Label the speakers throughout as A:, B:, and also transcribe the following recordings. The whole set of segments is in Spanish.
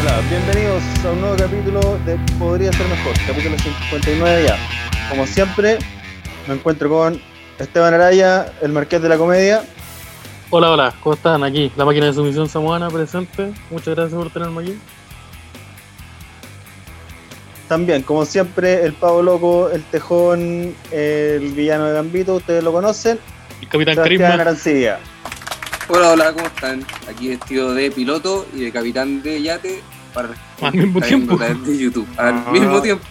A: Hola, bienvenidos a un nuevo capítulo de Podría ser mejor, capítulo 59 ya. Como siempre, me encuentro con Esteban Araya, el marqués de la comedia.
B: Hola, hola, ¿cómo están? Aquí, la máquina de sumisión samoana presente. Muchas gracias por tenerme aquí.
A: También, como siempre, el pavo loco, el tejón, el villano de Gambito, ustedes lo conocen.
B: El Capitán
A: Sebastián
B: Carisma.
A: Arancibia.
C: Hola, hola, ¿cómo están? Aquí vestido de piloto y de capitán de yate para
B: Al mismo
C: para
B: tiempo.
C: ver de YouTube. Al
B: Ah.
C: mismo tiempo.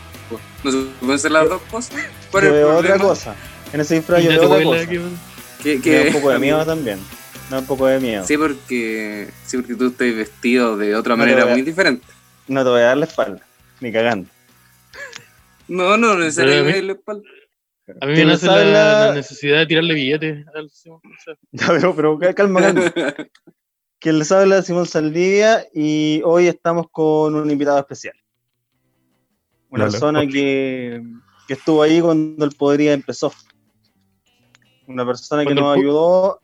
C: No se pueden hacer las dos cosas.
A: Yo
C: ¿Cuál es el
A: veo otra
C: problema?
A: cosa. En ese disfraz yo
B: Ya
A: veo
B: te
A: otra
B: voy a
A: cosa.
B: leer aquí, weón.
C: Que-
A: Me
C: que-
A: da un poco de miedo también. Me da un poco de miedo.
C: Sí, porque, sí, porque tú estás vestido de otra
A: No te
C: manera
A: voy a-
C: muy diferente.
A: No te voy a dar la espalda, ni cagando.
C: No, no, no necesariamente la espalda.
B: A mí me
A: ¿Quién
B: nace la,
A: sabe la-
B: la necesidad de tirarle billetes al Simón. O sea,
A: Ya, pero, pero ca- calma, calma. Quien les habla es Simón Saldivia y hoy estamos con un invitado especial. Una
D: Hola.
A: persona que, que estuvo ahí cuando el Podría empezó. Una persona que
B: Cuando
A: nos
B: el pu-
A: ayudó,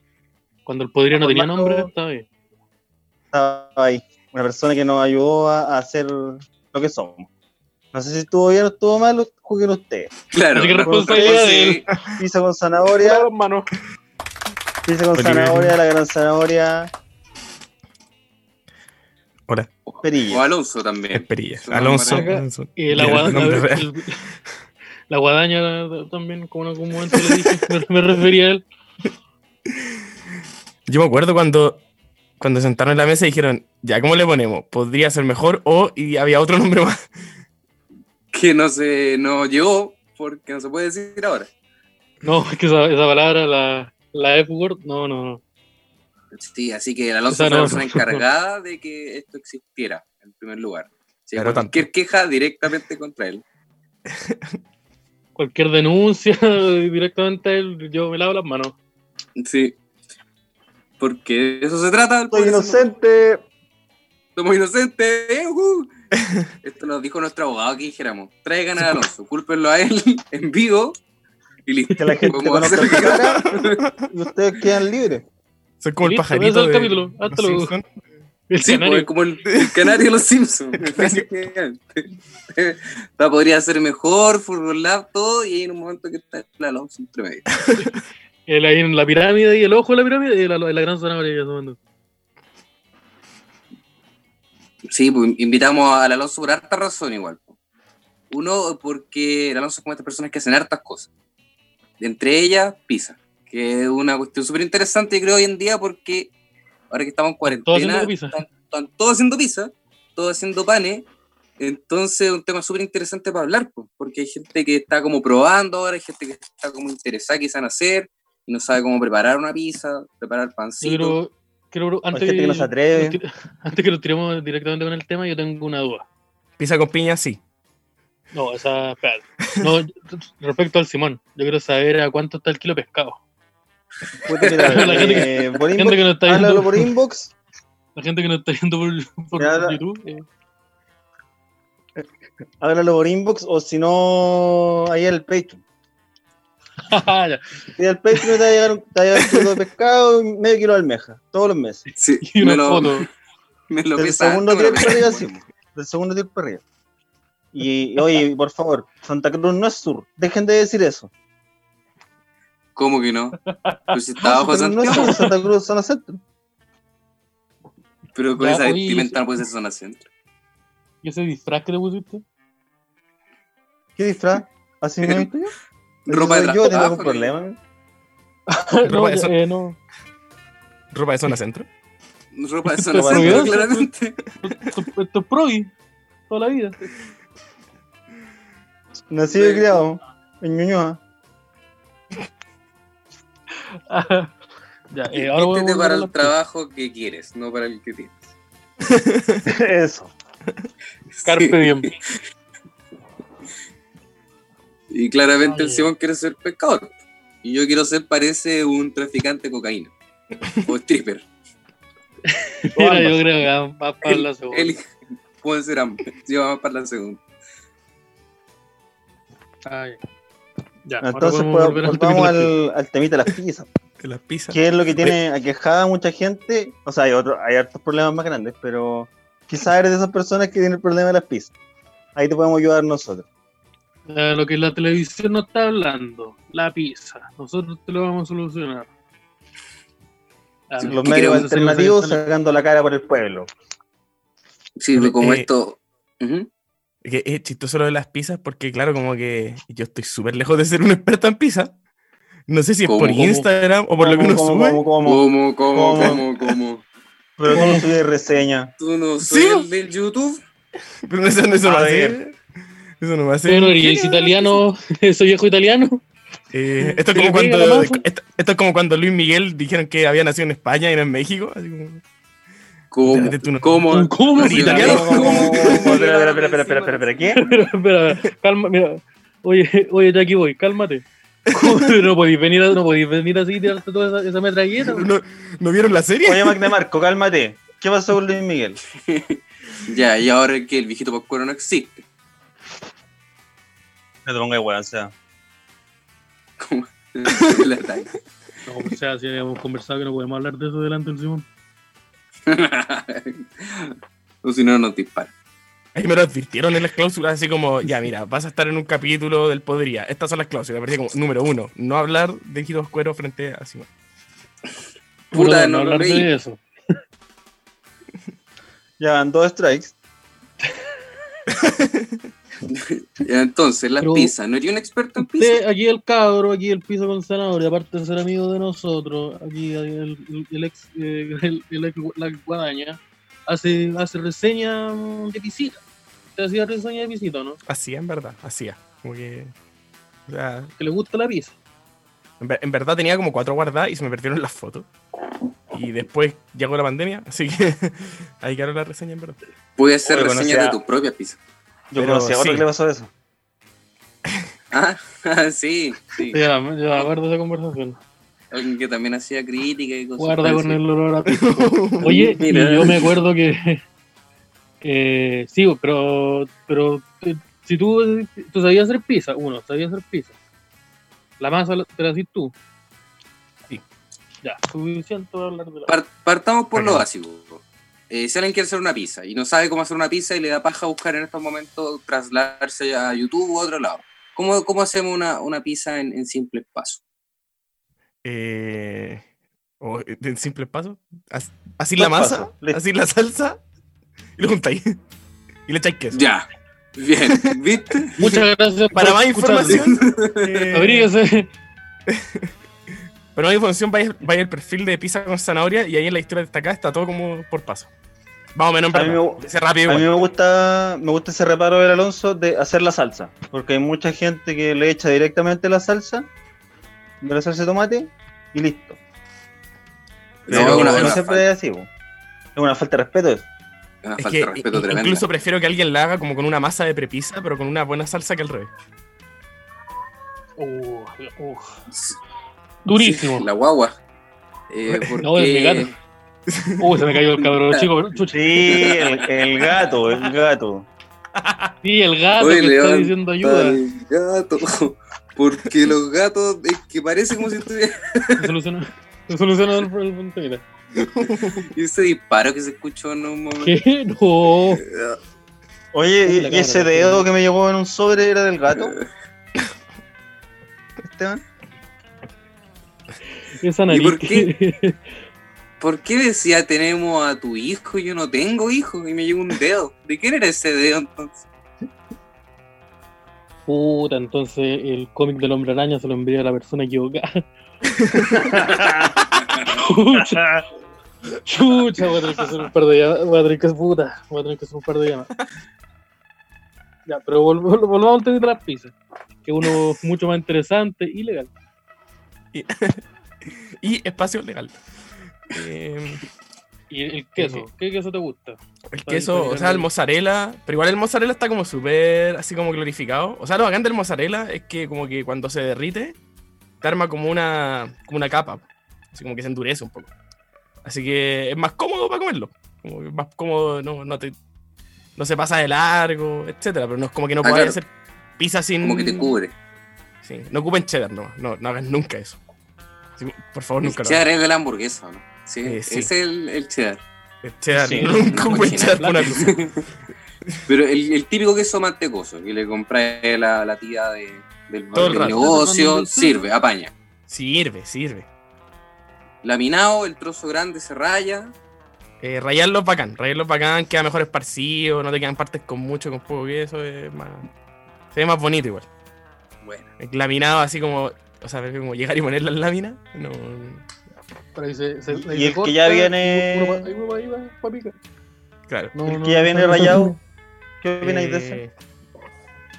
B: Cuando el podría no tenía
A: Formato-
B: nombre, está bien.
A: estaba ahí. Una persona que nos ayudó a, a hacer lo que somos. No sé si estuvo bien o estuvo mal, juzguen ustedes.
C: Claro.
B: Así que responsabilidad de él.
A: Pizza con zanahoria, pizza con
D: Oliver.
A: zanahoria, la gran zanahoria,
D: Hola,
C: O
A: perilla.
C: Alonso también.
D: Esperilla.
C: Su
D: Alonso.
C: nombre.
D: Alonso.
B: Y el
D: Era
B: agua-
D: el nombre
B: el-
D: real.
B: el- la guadaña también, como en algún momento le dije, me, me refería a él.
D: Yo me acuerdo cuando, cuando sentaron en la mesa y dijeron, ya, ¿cómo le ponemos? Podría ser mejor o... Y había otro nombre más.
C: Que no se no llegó porque no se puede decir ahora.
B: No, es que esa, esa palabra, la, la F-word, no, no, no.
C: Sí, así que el Alonso
B: Esa
C: fue la
B: no.
C: persona encargada de que esto existiera, en primer lugar. Sí,
D: Pero
C: cualquier queja directamente contra él.
B: Cualquier denuncia directamente a él, yo me lavo las manos.
C: Sí. Porque de eso se trata.
A: Soy
C: por eso
A: inocente.
C: Somos inocentes. eh, ujú. Esto nos dijo nuestro abogado que dijéramos. Traigan a Alonso, cúlpenlo a él en vivo y listo.
A: Que la gente
C: Podemos
A: conozca
C: hacer-
A: su cara y ustedes quedan libres.
D: Son como el
B: Listo, ese
D: pajarito
B: es el
D: de
B: capítulo. Hasta
D: los
B: luego.
D: Simpsons.
B: El
C: Sí,
B: canario.
C: pues, como el, el canario de los Simpsons. La podría ser mejor, Fútbol Lab, todo, y hay un momento que está el Alonso entre medio.
B: El ahí en la pirámide y el ojo de la pirámide y la, la gran zanahoria que asomando.
C: Sí, pues invitamos al Alonso por harta razón igual. po. Uno, porque el Alonso es como estas personas que hacen hartas cosas. Entre ellas, pizza, que es una cuestión súper interesante, creo, hoy en día, porque ahora que estamos en
B: Todos
C: cuarentena,
B: haciendo pizza.
C: están, están todos haciendo pizza, todos haciendo panes. Entonces, es un tema súper interesante para hablar, po, porque hay gente que está como probando ahora, hay gente que está como interesada quizá en hacer, y no sabe cómo preparar una pizza, preparar
B: Yo
C: pancito.
B: quiero, quiero bro, antes,
A: gente que no se atreve.
B: nos tire- antes que nos tiremos directamente con el tema, yo tengo una duda.
D: Pizza con piña, sí.
B: No, esa. espérate. No, respecto al Simón, yo quiero saber a cuánto está el kilo de pescado.
A: Puta, mira,
B: La gente que-
A: eh, por
B: La
A: inbox,
B: gente que nos está pues.
A: háblalo por
B: viendo por,
A: inbox.
B: la gente que nos está viendo por, por
A: Ya, la-
B: YouTube, eh,
A: Háblalo por inbox o si no, ahí en el Patreon.
B: jaja, ya.
A: Y el Patreon te va a llegar un- te va a llegar un kilo de pescado y medio kilo de almeja, todos los meses.
C: Sí,
B: y una
C: me lo-
B: foto.
C: me lo
A: Del
C: pesa
A: segundo
C: harto, me lo
A: tiempo
C: pesa
A: arriba,
C: harto.
A: sí. Del segundo tiempo para arriba. Y, y oye, por favor, Santa Cruz no es sur. Dejen de decir eso.
C: ¿Cómo que no? Pues si está bajo
A: Santa Cruz no es
C: Santiago,
A: sur, Santa Cruz es zona centro.
C: pero con
B: Ya,
C: esa
B: oye,
C: vestimenta no puede ser zona centro.
B: ¿Y ese disfraz que te pusiste?
A: ¿Qué disfraz? ¿Así mismo tuyo?
C: Ropa de
A: Yo tengo
C: trabajo,
A: algún problema.
B: no,
D: eso-
B: eh, no.
D: Ropa de zona centro.
C: Ropa de zona
A: Ropa de
C: centro,
B: Dios.
C: claramente.
B: Esto, esto es progi, toda la vida.
A: Nacido y criado en Ñuñoa.
B: ya, eh, ahora voy a
C: Vístete
B: volver
C: para
B: a la-
C: el trabajo que quieres, no para el que tienes.
A: Eso.
B: Carpe diem.
C: Y claramente el
B: Oye.
C: Simón quiere ser pescador. Y yo quiero ser, parece, un traficante de cocaína. O stripper.
B: Mira, yo creo que va- va para
C: El-
B: la segunda.
C: el- Pueden ser ambos. Sí, vamos para la segunda.
B: Ay. Ya, ahora
A: Entonces,
B: podemos
A: pues,
B: volver al
A: volvamos
B: capítulo anterior.
A: al, al temita de las pizzas.
D: Que las pizzas.
A: que es lo que tiene aquejada a mucha gente. O sea, hay, otro, hay hartos problemas más grandes, pero quizás eres de esas personas que tienen el problema de las pizzas. Ahí te podemos ayudar nosotros.
B: Eh, lo que la televisión no está hablando, la pizza. Nosotros te lo vamos a solucionar. Ah, Claro.
A: Los
C: ¿qué
A: medios
C: queremos
B: hacer?
A: alternativos sacando la cara por el pueblo.
C: Sirve como
D: Eh,
C: esto. Ujú.
D: Que es chistoso lo de las pizzas porque, claro, como que yo estoy súper lejos de ser un experto en pizza. No sé si es
C: ¿Cómo,
D: por
C: cómo?
D: Instagram o por lo que uno
A: ¿Cómo, cómo,
D: sube.
A: cómo, cómo?
C: ¿Cómo, cómo,
A: ¿Cómo?
C: cómo, cómo?
A: Pero cómo subes reseña.
C: ¿Tú no
D: ¿Sí?
C: soy el del YouTube?
D: Pero eso, no- eso no
A: A
D: va a
A: ver.
D: ser. Eso no va a ser.
B: Pero, ¿y es italiano? ¿Ese viejo italiano?
D: Eh, esto, es
B: Se
D: como
B: le pega la
D: cuando,
B: masa.
D: esto, esto es como cuando Luis Miguel dijeron que había nacido en España y no en México. así como-
C: ¿Cómo?
D: Espérate, tú no-
C: ¿Cómo?
B: ¿Cómo no
C: no
B: soy italiano?
A: ¿Cómo, cómo, cómo, cómo? Espera, espera, espera, espera, espera, espera, ¿qué?
B: Pero, espera, calma, mira. Oye, oye, Jackie Boy, cálmate. Joder, no podéis venir, a- no podéis venir así y tirarte toda esa, esa metralleta.
D: ¿No, ¿no vieron la serie?
A: Oye, Magdemarco, cálmate. ¿Qué pasó con Luis Miguel?
C: Ya, y ahora que el viejito Pascuero no existe.
A: No te pongas igual, o sea.
C: ¿Cómo? La talla.
B: No, o sea, si habíamos conversado que no podemos hablar de eso delante del Simón.
C: o si no, nos disparan.
D: Ahí me lo advirtieron en las cláusulas, así como, ya mira, vas a estar en un capítulo del Podría. Estas son las cláusulas. Parecía como, número uno, no hablar de Giros Cuero frente a Simón.
C: Puta,
B: no
C: no lo
B: hablar
C: leí.
B: de eso.
A: Ya van dos strikes.
C: Ya, Entonces, las
B: Pero-
C: pizzas. ¿No eres un experto en pizzas?
B: Usted, aquí el cabro, aquí el piso con zanahoria, aparte de ser amigo de nosotros, aquí el, el- el ex, eh, el, el ex gu- la guadaña, hace, hace reseña de visita. Usted hacía reseña de visita, ¿no?
D: Hacía, en verdad, hacía. Como que. O sea,
B: Que le gusta la pizza.
D: en, ver- en verdad tenía como cuatro guardadas y se me perdieron las fotos. Y después llegó la pandemia, así que ahí quedaron las reseñas, en verdad.
C: Puedes hacer
A: Oye, bueno,
C: reseñas
A: o sea-
C: de tus propias pizzas.
A: Yo
D: Pero
A: conocí a otro
D: sí.
A: que le pasó eso.
C: Ah, sí, sí.
B: Ya, me- ya, guarda esa conversación.
C: Alguien que también hacía crítica y cosas.
B: Guarda con
C: parecidas.
B: el olor a pizza. Oye, y
C: Pues Mira.
B: yo me acuerdo que. que sí, pero. pero eh, si tú, tú sabías hacer pizza, uno, sabías hacer pizza. La masa la- te la haces tú.
D: Sí.
B: Ya, suficiente para hablar de la.
C: Par- partamos por lo
D: Ok.
C: básico. Eh, si alguien quiere hacer una pizza y no sabe cómo hacer una pizza y le da paja buscar en estos momentos trasladarse a YouTube u otro lado, ¿cómo, cómo hacemos una, una pizza en, en simples pasos?
D: Eh, o en simple paso. as- Así la
A: Dos
D: masa,
A: pasos, listo.
D: así la salsa y lo juntáis. Y le echáis queso.
C: Ya, bien, ¿viste?
B: Muchas gracias
D: Para
A: pues,
B: por
D: más
B: escucharnos.
D: información. eh,
B: Abríguese.
D: para más información, vaya, vaya el perfil de pizza con zanahoria y ahí en la historia destacada está todo como por paso. Vamos menos en
A: A mí
D: verdad.
A: me-
D: Ese rápido
A: A mí
D: igual.
A: me gusta, me gusta ese reparo del Alonso de hacer la salsa, porque hay mucha gente que le echa directamente la salsa, de la salsa de tomate, y listo. Pero
C: No,
A: no,
C: una- una
A: siempre es así, po. es una falta de respeto eso.
C: Una
D: Es
C: falta
D: que
C: de respeto
D: i-
C: tremenda.
D: incluso prefiero que alguien la haga como con una masa de prepisa, pero con una buena salsa que al revés.
B: Uh, uh,
C: Sí,
B: durísimo.
C: la guagua. Eh, porque...
B: No, es mi gato. Uh, se me cayó el cabrón chico. ¿no? Chucha.
A: Sí, el, el gato, el gato.
B: Sí, el gato
C: Oye,
B: que está
C: León,
B: diciendo ayuda.
C: Al gato. Porque los gatos, es que parece como si estuviera...
B: Se solucionó, se solucionó el, el punto de vista.
C: Ese disparo que se escuchó en un momento.
B: ¿Qué? No.
A: Oye,
B: La
A: ¿y- ¿y ese
B: cámara,
A: dedo
B: sí.
A: que me llegó en un sobre era del gato, Esteban?
B: Esa
C: ¿Y
B: nariz.
C: por
B: que-
C: ¿Por qué decía tenemos a tu hijo y yo no tengo hijo? Y me llegó un dedo. ¿De quién era ese dedo entonces?
B: Puta, entonces el cómic del hombre araña se lo envía a la persona equivocada. chucha, chucha, voy a tener que hacer un par de llamadas. Voy a tener que puta, voy a tener que hacer un par de llamadas. Ya, pero vol- vol- volvamos al tema de las pizzas, que uno es mucho más interesante y legal.
D: Y espacio legal. Eh,
B: Y el queso, ¿qué queso te gusta?
D: El
B: Para
D: queso, o
B: diferenciar
D: sea, el
B: de-
D: mozzarella, pero igual el mozzarella está como súper así como glorificado. O sea, lo bacán del mozzarella es que como que cuando se derrite, te arma como una, como una capa, así como que se endurece un poco. Así que es más cómodo para comerlo, como que es más cómodo, no, no, te, no se pasa de largo, etcétera, pero no es como que no
C: Ah,
D: puedas
C: claro.
D: hacer pizza sin...
C: Como que te cubre.
D: sí, Sí. No ocupen cheddar, no, no, no hagan nunca eso. Sí, por favor,
C: El
D: nunca lo
C: cheddar es de la hamburguesa, ¿no? Sí,
D: Eh, sí.
C: es el, el cheddar.
D: hagan. El cheddar,
A: Sí.
D: nunca
C: No,
D: ocupen
C: no,
D: cheddar para una cosa.
C: Pero el, el típico queso mantecoso que le compré a la, la tía de, del,
D: Todo el
C: del
D: rato.
C: negocio sirve, apaña.
D: Sirve, sirve.
C: Laminado, el trozo grande se raya.
D: Eh, rayarlos bacán, rayarlos bacán, queda mejor esparcido, no te quedan partes con mucho, con poco queso, es más... Se ve más bonito igual.
C: Bueno,
D: El Laminado así como, o sea, como llegar y poner las láminas, no...
B: Pero ahí se- se-
A: Y
B: ahí se
A: el que
B: corta,
A: ya viene-
B: uno pa- ahí uno pa- ahí va, pa' picar.
D: Claro.
B: No,
A: El
B: no,
A: que ya viene
B: no, no,
A: rayado. ¿Qué
D: Eh,
A: opináis de eso?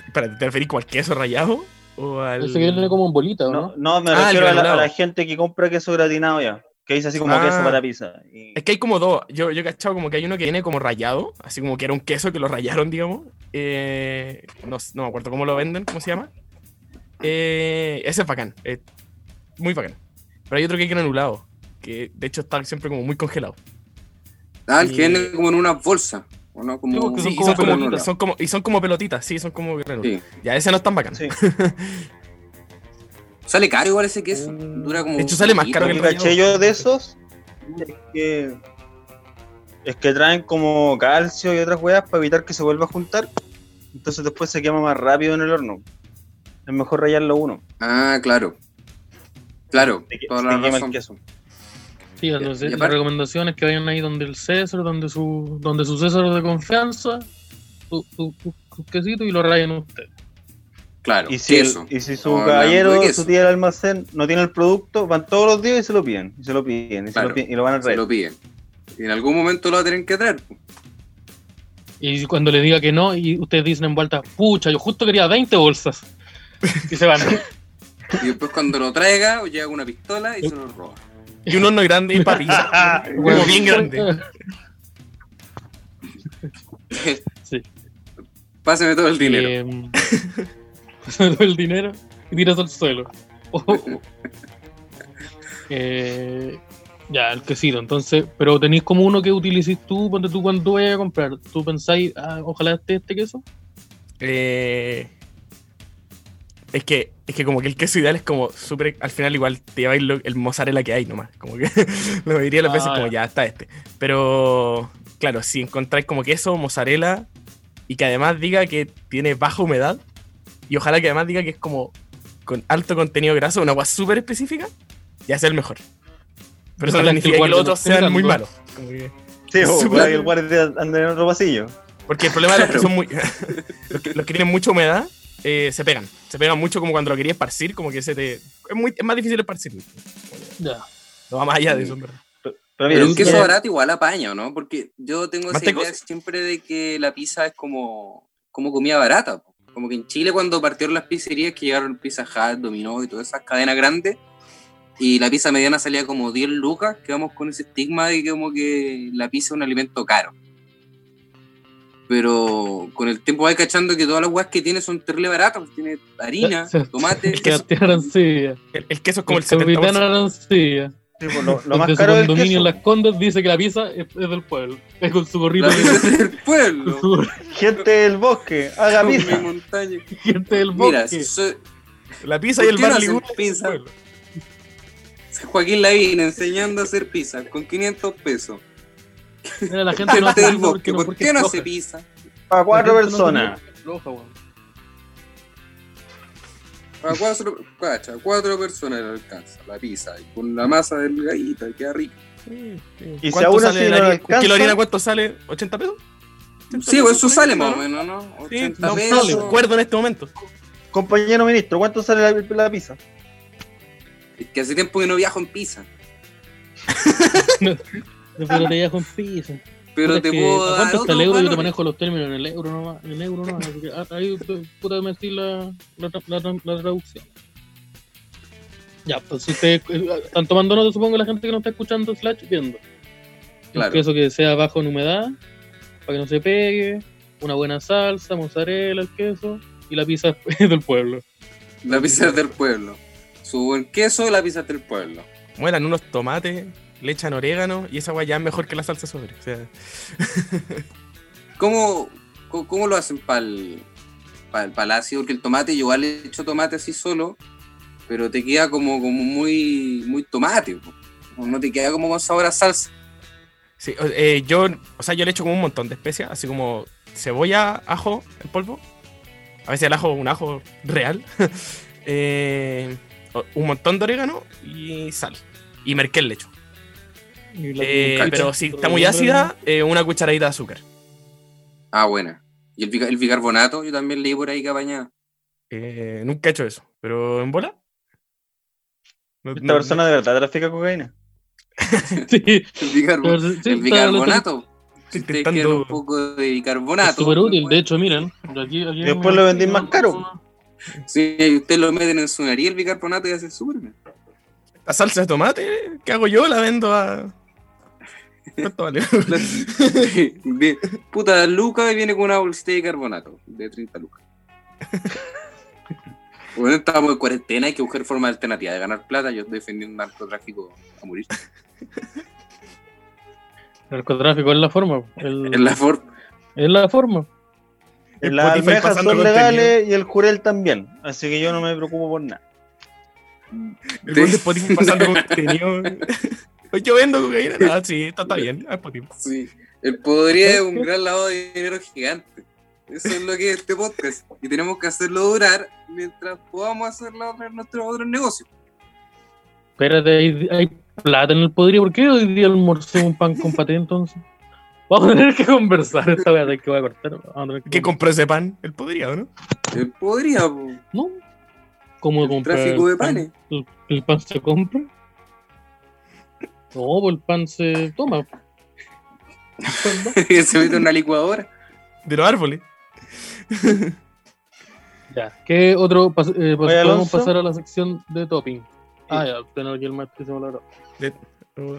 D: Espérate, ¿te referís como al queso rayado? ¿O al...?
B: Ese que viene como en bolita, ¿o
A: No,
B: ¿no?
A: no, me
D: Ah, el
A: refiero a la, a la
D: granulado.
A: gente que compra queso gratinado ya. Que dice así como
D: Ah.
A: queso para pizza. Y-
D: Es que hay como dos. Yo, yo he cachado como que hay uno que viene como rayado, así como que era un queso que lo rayaron, digamos. Eh, no, s- no me acuerdo cómo lo venden, cómo se llama. Eh, ese es bacán, es muy bacán. Pero hay otro que hay granulado, que de hecho está siempre como muy congelado.
C: ah, el que
D: Y-
C: viene como en una bolsa. ¿o no?
B: Sí,
C: Como,
B: porque
D: Sí,
B: son
D: y, son
B: como
D: como,
C: pelotita.
D: son como- y son como pelotitas, sí, son como granulados.
C: Sí.
D: Ya, ese no es tan bacán.
A: Sí.
C: Sale caro igual ese queso.
A: Mm.
C: Dura como.
D: De hecho, sale más
C: un
D: caro
A: Lo
D: que
A: que
D: el
C: poquito.
A: caché
D: rayado.
A: yo de esos es que, es que traen como calcio y otras weas para evitar que se vuelva a juntar. Entonces después se quema más rápido en el horno. Es mejor rayarlo uno.
C: Ah, claro. Claro,
A: Se que-
C: toda
A: se
C: la
A: quema el
C: razón.
A: queso.
B: Sí, entonces,
C: y
B: las
C: aparte-
B: recomendaciones que vayan ahí donde el César, donde su, donde su César de confianza, su, su, su- su quesito y lo rayen ustedes.
C: Claro,
A: Y si, el-
C: queso.
A: y si su
C: Estamos hablando de
A: caballero,
C: queso.
A: su tía del almacén no tiene el producto, van todos los días y se lo piden. Y se lo piden. Y, se
C: Claro.
A: lo, piden, y lo van a
C: Se
A: traer.
C: lo piden. Y en algún momento lo va a tener que traer. po.
B: Y cuando le diga que no, y ustedes dicen en vuelta, pucha, yo justo quería 20 bolsas. Y se van.
C: Y después cuando lo traiga, llega con una pistola y se lo roba.
D: Y un horno grande y papita.
C: Ah,
D: como bien grande.
B: Sí.
C: Páseme todo el dinero.
B: Eh, todo el dinero y tiras al suelo. Oh, oh, oh. Eh, ya, el quesito. Entonces, pero tenéis como uno que utilices tú, ponte tú cuando vayas a comprar. Tú pensáis, ah, ojalá esté este queso.
D: Eh, es que es que como que el queso ideal es como súper... Al final igual te lleváis lo- el mozzarella que hay nomás. Como que lo diría las
B: Ah,
D: veces como
B: ya.
D: ya está este. Pero claro, si encontráis como queso, mozzarella y que además diga que tiene baja humedad y ojalá que además diga que es como con alto contenido graso, una agua súper específica, ya sea el mejor. Pero eso no
B: Ojalá que el
D: significa que
B: guardia
D: los
B: no
D: otros
B: esté
D: sean muy
B: mirando.
D: malos. Como que-
A: Sí, o
D: Súper.
A: para que el guardia ande en otro pasillo.
D: porque el problema de los que son muy. los, que, los que tienen mucha humedad eh, se pegan. Se pegan mucho como cuando lo querías esparcir, como que se te. Es, muy, es más difícil esparcir.
B: Ya.
D: No va más allá de eso, en verdad.
A: Pero mira,
C: Pero un
A: si
C: queso
A: quieren-
C: barato igual apaña, ¿no? Porque yo tengo esa
D: Mantecoso.
C: idea siempre de que la pizza es como, como comida barata. po. Como que en Chile cuando partieron las pizzerías que llegaron Pizza Hut, Dominó y todas esas cadenas grandes, y la pizza mediana salía como 10 lucas, quedamos con ese estigma de que como que la pizza es un alimento caro. Pero con el tiempo vas cachando que todas las weas que tiene son terrible baratas, pues tiene harina,
B: Se- se-
C: tomate,
B: Sebastián Arancibia.
D: El, el queso es como el
B: capitán
D: 70%.
B: Arancibia.
A: sí, pues, lo, lo más
B: Desde
A: caro
B: su
A: del
B: condominio en
A: queso.
B: Las Condes dice que la pizza es, es del pueblo. Es con su gorrito.
C: la
B: de-
C: pizza del pueblo.
B: Con su
A: Gente del bosque, haga
C: mi
A: pizza.
C: montaña.
B: gente del bosque.
C: Mira, si soy,
D: La pizza y el
C: ¿Por qué no
D: barley
C: hacen
D: wine.
C: pizza?
D: Bueno,
C: Joaquín Lavín enseñando a hacer pizza con 500 pesos.
B: Mira, la gente Ah, no hace
C: Gente del
B: pizza porque
C: bosque, ¿por qué no hace
B: floja.
C: pizza?
A: Para cuatro
B: La gente no hace
A: personas.
B: pizza, floja, weón.
C: Para cuatro, cacha, cuatro personas le alcanza la pizza y con la masa delgadita y queda rica.
D: sí, sí.
A: Y si
D: ¿Cuánto
A: aún
D: sale
A: así
D: la
A: no
D: harina?
A: alcanza-
D: ¿Un kilo de harina cuánto sale? ¿80 pesos?
C: Sí, pues eso
D: ¿80
C: sale más
D: pesos?
C: o menos, ¿no?
D: Sí,
C: 80
D: no
C: pesos.
D: no recuerdo en este momento.
A: Compañero ministro, ¿cuánto sale la, la pizza?
C: Es que hace tiempo que no viajo en pizza.
B: Pero te dejo en pizza.
C: Pero
B: Puta,
C: te
B: es que,
C: puedo
B: ¿a
C: dar
B: ¿Cuánto está
C: otro
B: el euro? Yo te
C: valor.
B: manejo los términos en el euro nomás. En el euro nomás. Así que, ah, ahí tú, puta me decís la, la, tra- la tra- la traducción. Ya, pues si ustedes eh, están tomando nota, supongo, la gente que nos está escuchando, slash, viendo.
C: Claro.
B: Un queso que sea bajo en humedad, para que no se pegue. Una buena salsa, mozzarella, el queso. Y la pizza del pueblo.
C: La pizza es del pueblo. Su buen queso, la pizza es del pueblo.
D: Muelan unos tomates, le echan orégano y esa weá ya es mejor que la salsa sobre. O sea,
C: ¿Cómo, co- cómo lo hacen para para el palacio, porque el tomate, yo igual he hecho tomate así solo, pero te queda como, como muy, muy tomate, po. no te queda como con sabor a salsa.
D: Sí, o- eh, yo, o sea, yo le echo como un montón de especias, así como cebolla, ajo en polvo. A veces el ajo, un ajo real. Eh, o- un montón de orégano y sal. Y merquén le echo.
B: Y la-
D: Eh,
C: cacha.
D: pero si está muy ácida, eh, una cucharadita de azúcar.
C: Ah, buena. Y el, bica- el bicarbonato, yo también leí por ahí que apañaba.
D: Eh, nunca he hecho eso, pero en bola. No-
A: Esta
D: no-
A: persona de verdad trafica cocaína.
B: Sí,
C: El, bicarbo-
B: pero sí,
C: el
B: está-
C: bicarbonato. Si
D: Estoy
C: ustedes quieren un
D: intentando-
C: poco de
B: Es
C: bicarbonato. pues,
B: súper útil, de
C: pueden-
B: hecho, miren. de aquí- aquí
A: Y después lo vendís más caro.
C: Sí, y ustedes lo meten en su nariz el bicarbonato y hacen súper bien.
D: La salsa de tomate, ¿qué hago yo? La vendo a. ¿Cuánto vale?
C: Bien. Puta, Luca viene con una bolsita de bicarbonato de 30 lucas. Bueno, estamos en cuarentena, hay que buscar formas alternativas de ganar plata. Yo estoy defendiendo un narcotráfico a morir.
B: El narcotráfico es la forma. el-
C: Es la forma.
B: Es la forma.
A: Las
D: Spotify
A: almejas
D: pasando
A: son
D: contenido.
A: legales y el jurel también. Así que yo no me preocupo por nada.
D: El buen de Spotify pasando contenido. Yo vendo cocaína. Ah, sí, está, está bien. a Spotify.
C: Sí. El podría es un gran lavado de dinero gigante. Eso es lo que es este podcast. Y tenemos que hacerlo durar mientras podamos hacerlo en nuestros otros negocios.
B: Espérate, hay, hay plata en el podrido. ¿Por qué hoy día almorcé un pan con paté entonces? Vamos a tener que conversar esta vez que voy a cortar. vamos a tener que
D: ¿Qué compró ese pan? El podría, ¿no?
C: El podría, po.
B: ¿No? ¿Cómo comprar?
C: tráfico de
B: el pan?
C: panes.
B: ¿El, el pan se compra? No, pues el pan se toma. El pan va.
C: Se mete en una licuadora.
D: De los árboles.
B: Ya. ¿Qué otro? pas- eh, pas-
A: Oye,
B: podemos
A: Alonso.
B: pasar a la sección de topping. Ah, ya, tengo aquí el maestro que se me lo grabó.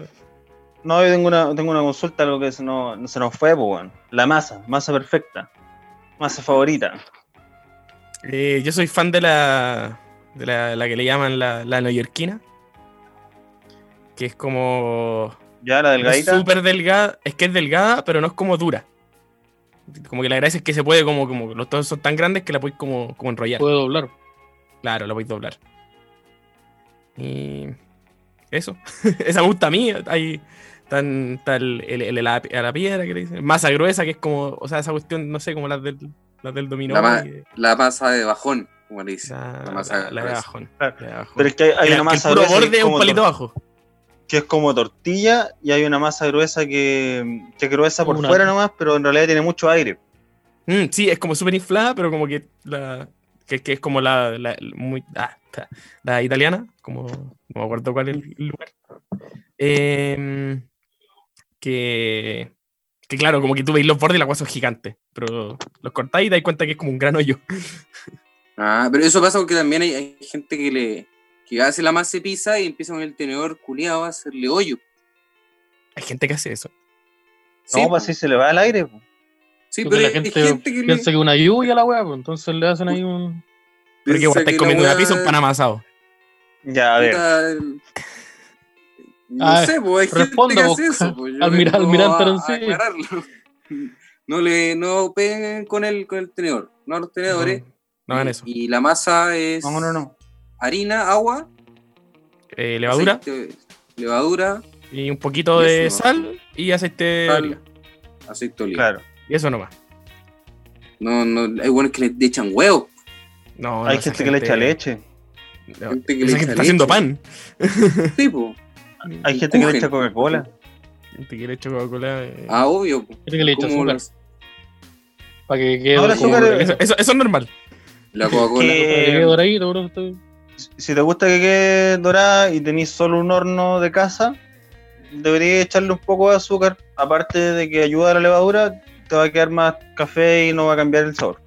A: No, yo tengo una, tengo una consulta, algo que se nos, no se nos fue, pues, weón. La masa, masa perfecta. Masa favorita.
D: Eh, yo soy fan de la. de la, la que le llaman la, la neoyorquina. Que es como.
A: Ya, la delgadita.
D: Es súper delgada. Es que es delgada, pero no es como dura. Como que la gracia es que se puede, como, como los todos son tan grandes que la puedes como, como enrollar.
B: Puede doblar.
D: Claro, la podéis doblar. Y. Eso. Esa me gusta a mí. Hay. Tan, tal el, el- el- la- a la piedra que le dicen. Masa gruesa, que es como. O sea, esa cuestión, no sé, como las del, las del dominó.
C: La ma-
D: y-
C: La masa de bajón, como le
B: Ah,
C: dicen.
D: la,
C: la masa
D: la- la de
C: gruesa.
D: bajón,
A: Claro.
D: la de bajón.
A: Pero es que hay, hay
D: Que la-
A: una
D: que
A: masa
D: el puro
A: gruesa que
D: borde
A: es,
D: es un
A: como
D: palito
A: tor-
D: bajo.
A: que es como tortilla y hay una masa gruesa que, que es gruesa por
B: Una-
A: fuera nomás, pero en realidad tiene mucho aire.
D: Mm, sí, es como súper inflada, pero como que la. Que, que es como la. la- muy, ah, ta- la italiana, como. No me acuerdo cuál es el lugar. Em, que. Que claro, como que tú veis los bordes y la guasa es gigante. Pero los cortáis y dais cuenta que es como un gran hoyo.
C: Ah, pero eso pasa porque también hay, hay gente que le que hace la masa de pizza y empieza con el tenedor culiado a hacerle hoyo.
D: Hay gente que hace eso.
C: Sí,
A: no, pues así se le va el aire. pues.
C: sí,
B: Porque
C: pero
B: la
C: hay gente,
B: gente
C: que le
B: Piensa que una lluvia la weá, pues, entonces le hacen ahí un.
D: Porque
C: piensa
D: igual estáis
C: que
D: comiendo
C: la
D: una pizza, un
C: weá-
D: pan amasado.
A: Ya, a ver.
C: puta, el- No
B: Ah,
C: sé, pues hay
B: responda
C: gente
B: vos,
C: que hace eso. Pues, yo
B: admira-
C: vengo
B: almirante
C: a- a
B: Arancibia.
C: aclararlo. No le no peguen con el con el tenedor, no a los
D: No,
C: tenedores.
D: no hagan eso.
C: Y la masa es
A: No, no, no.
C: harina, agua,
D: Eh, levadura
C: aceite- levadura,
D: y un poquito
C: Y
D: de
C: eso.
D: sal y aceite de
C: Sal.
D: oliva.
C: aceite de oliva.
A: Claro.
D: Y eso nomás.
C: No, no, hay buenos que le echan huevo.
D: No, no,
A: hay
D: esa
A: gente que le echa leche.
D: no.
C: Gente que le
D: Esa
C: echa
D: gente está haciendo
C: leche.
D: pan.
C: Sí, po.
A: Hay
C: Y
A: gente que le
C: cogen.
A: echa Coca-Cola.
D: Gente que le echa Coca-Cola. eh.
C: Ah, obvio. po.
B: Creo que le echa
C: ¿Cómo
B: azúcar.
C: la,
B: Para que quede.
A: Ahora
B: como-
A: azúcar- eh,
D: Eso, eso- eso es normal.
C: la Coca-Cola.
A: ¿Qué?
B: para que quede doradito, bro, está bien.
A: Si te gusta que quede dorada y tenéis solo un horno de casa, deberías echarle un poco de azúcar. Aparte de que ayuda a la levadura, te va a quedar más café y no va a cambiar el sabor.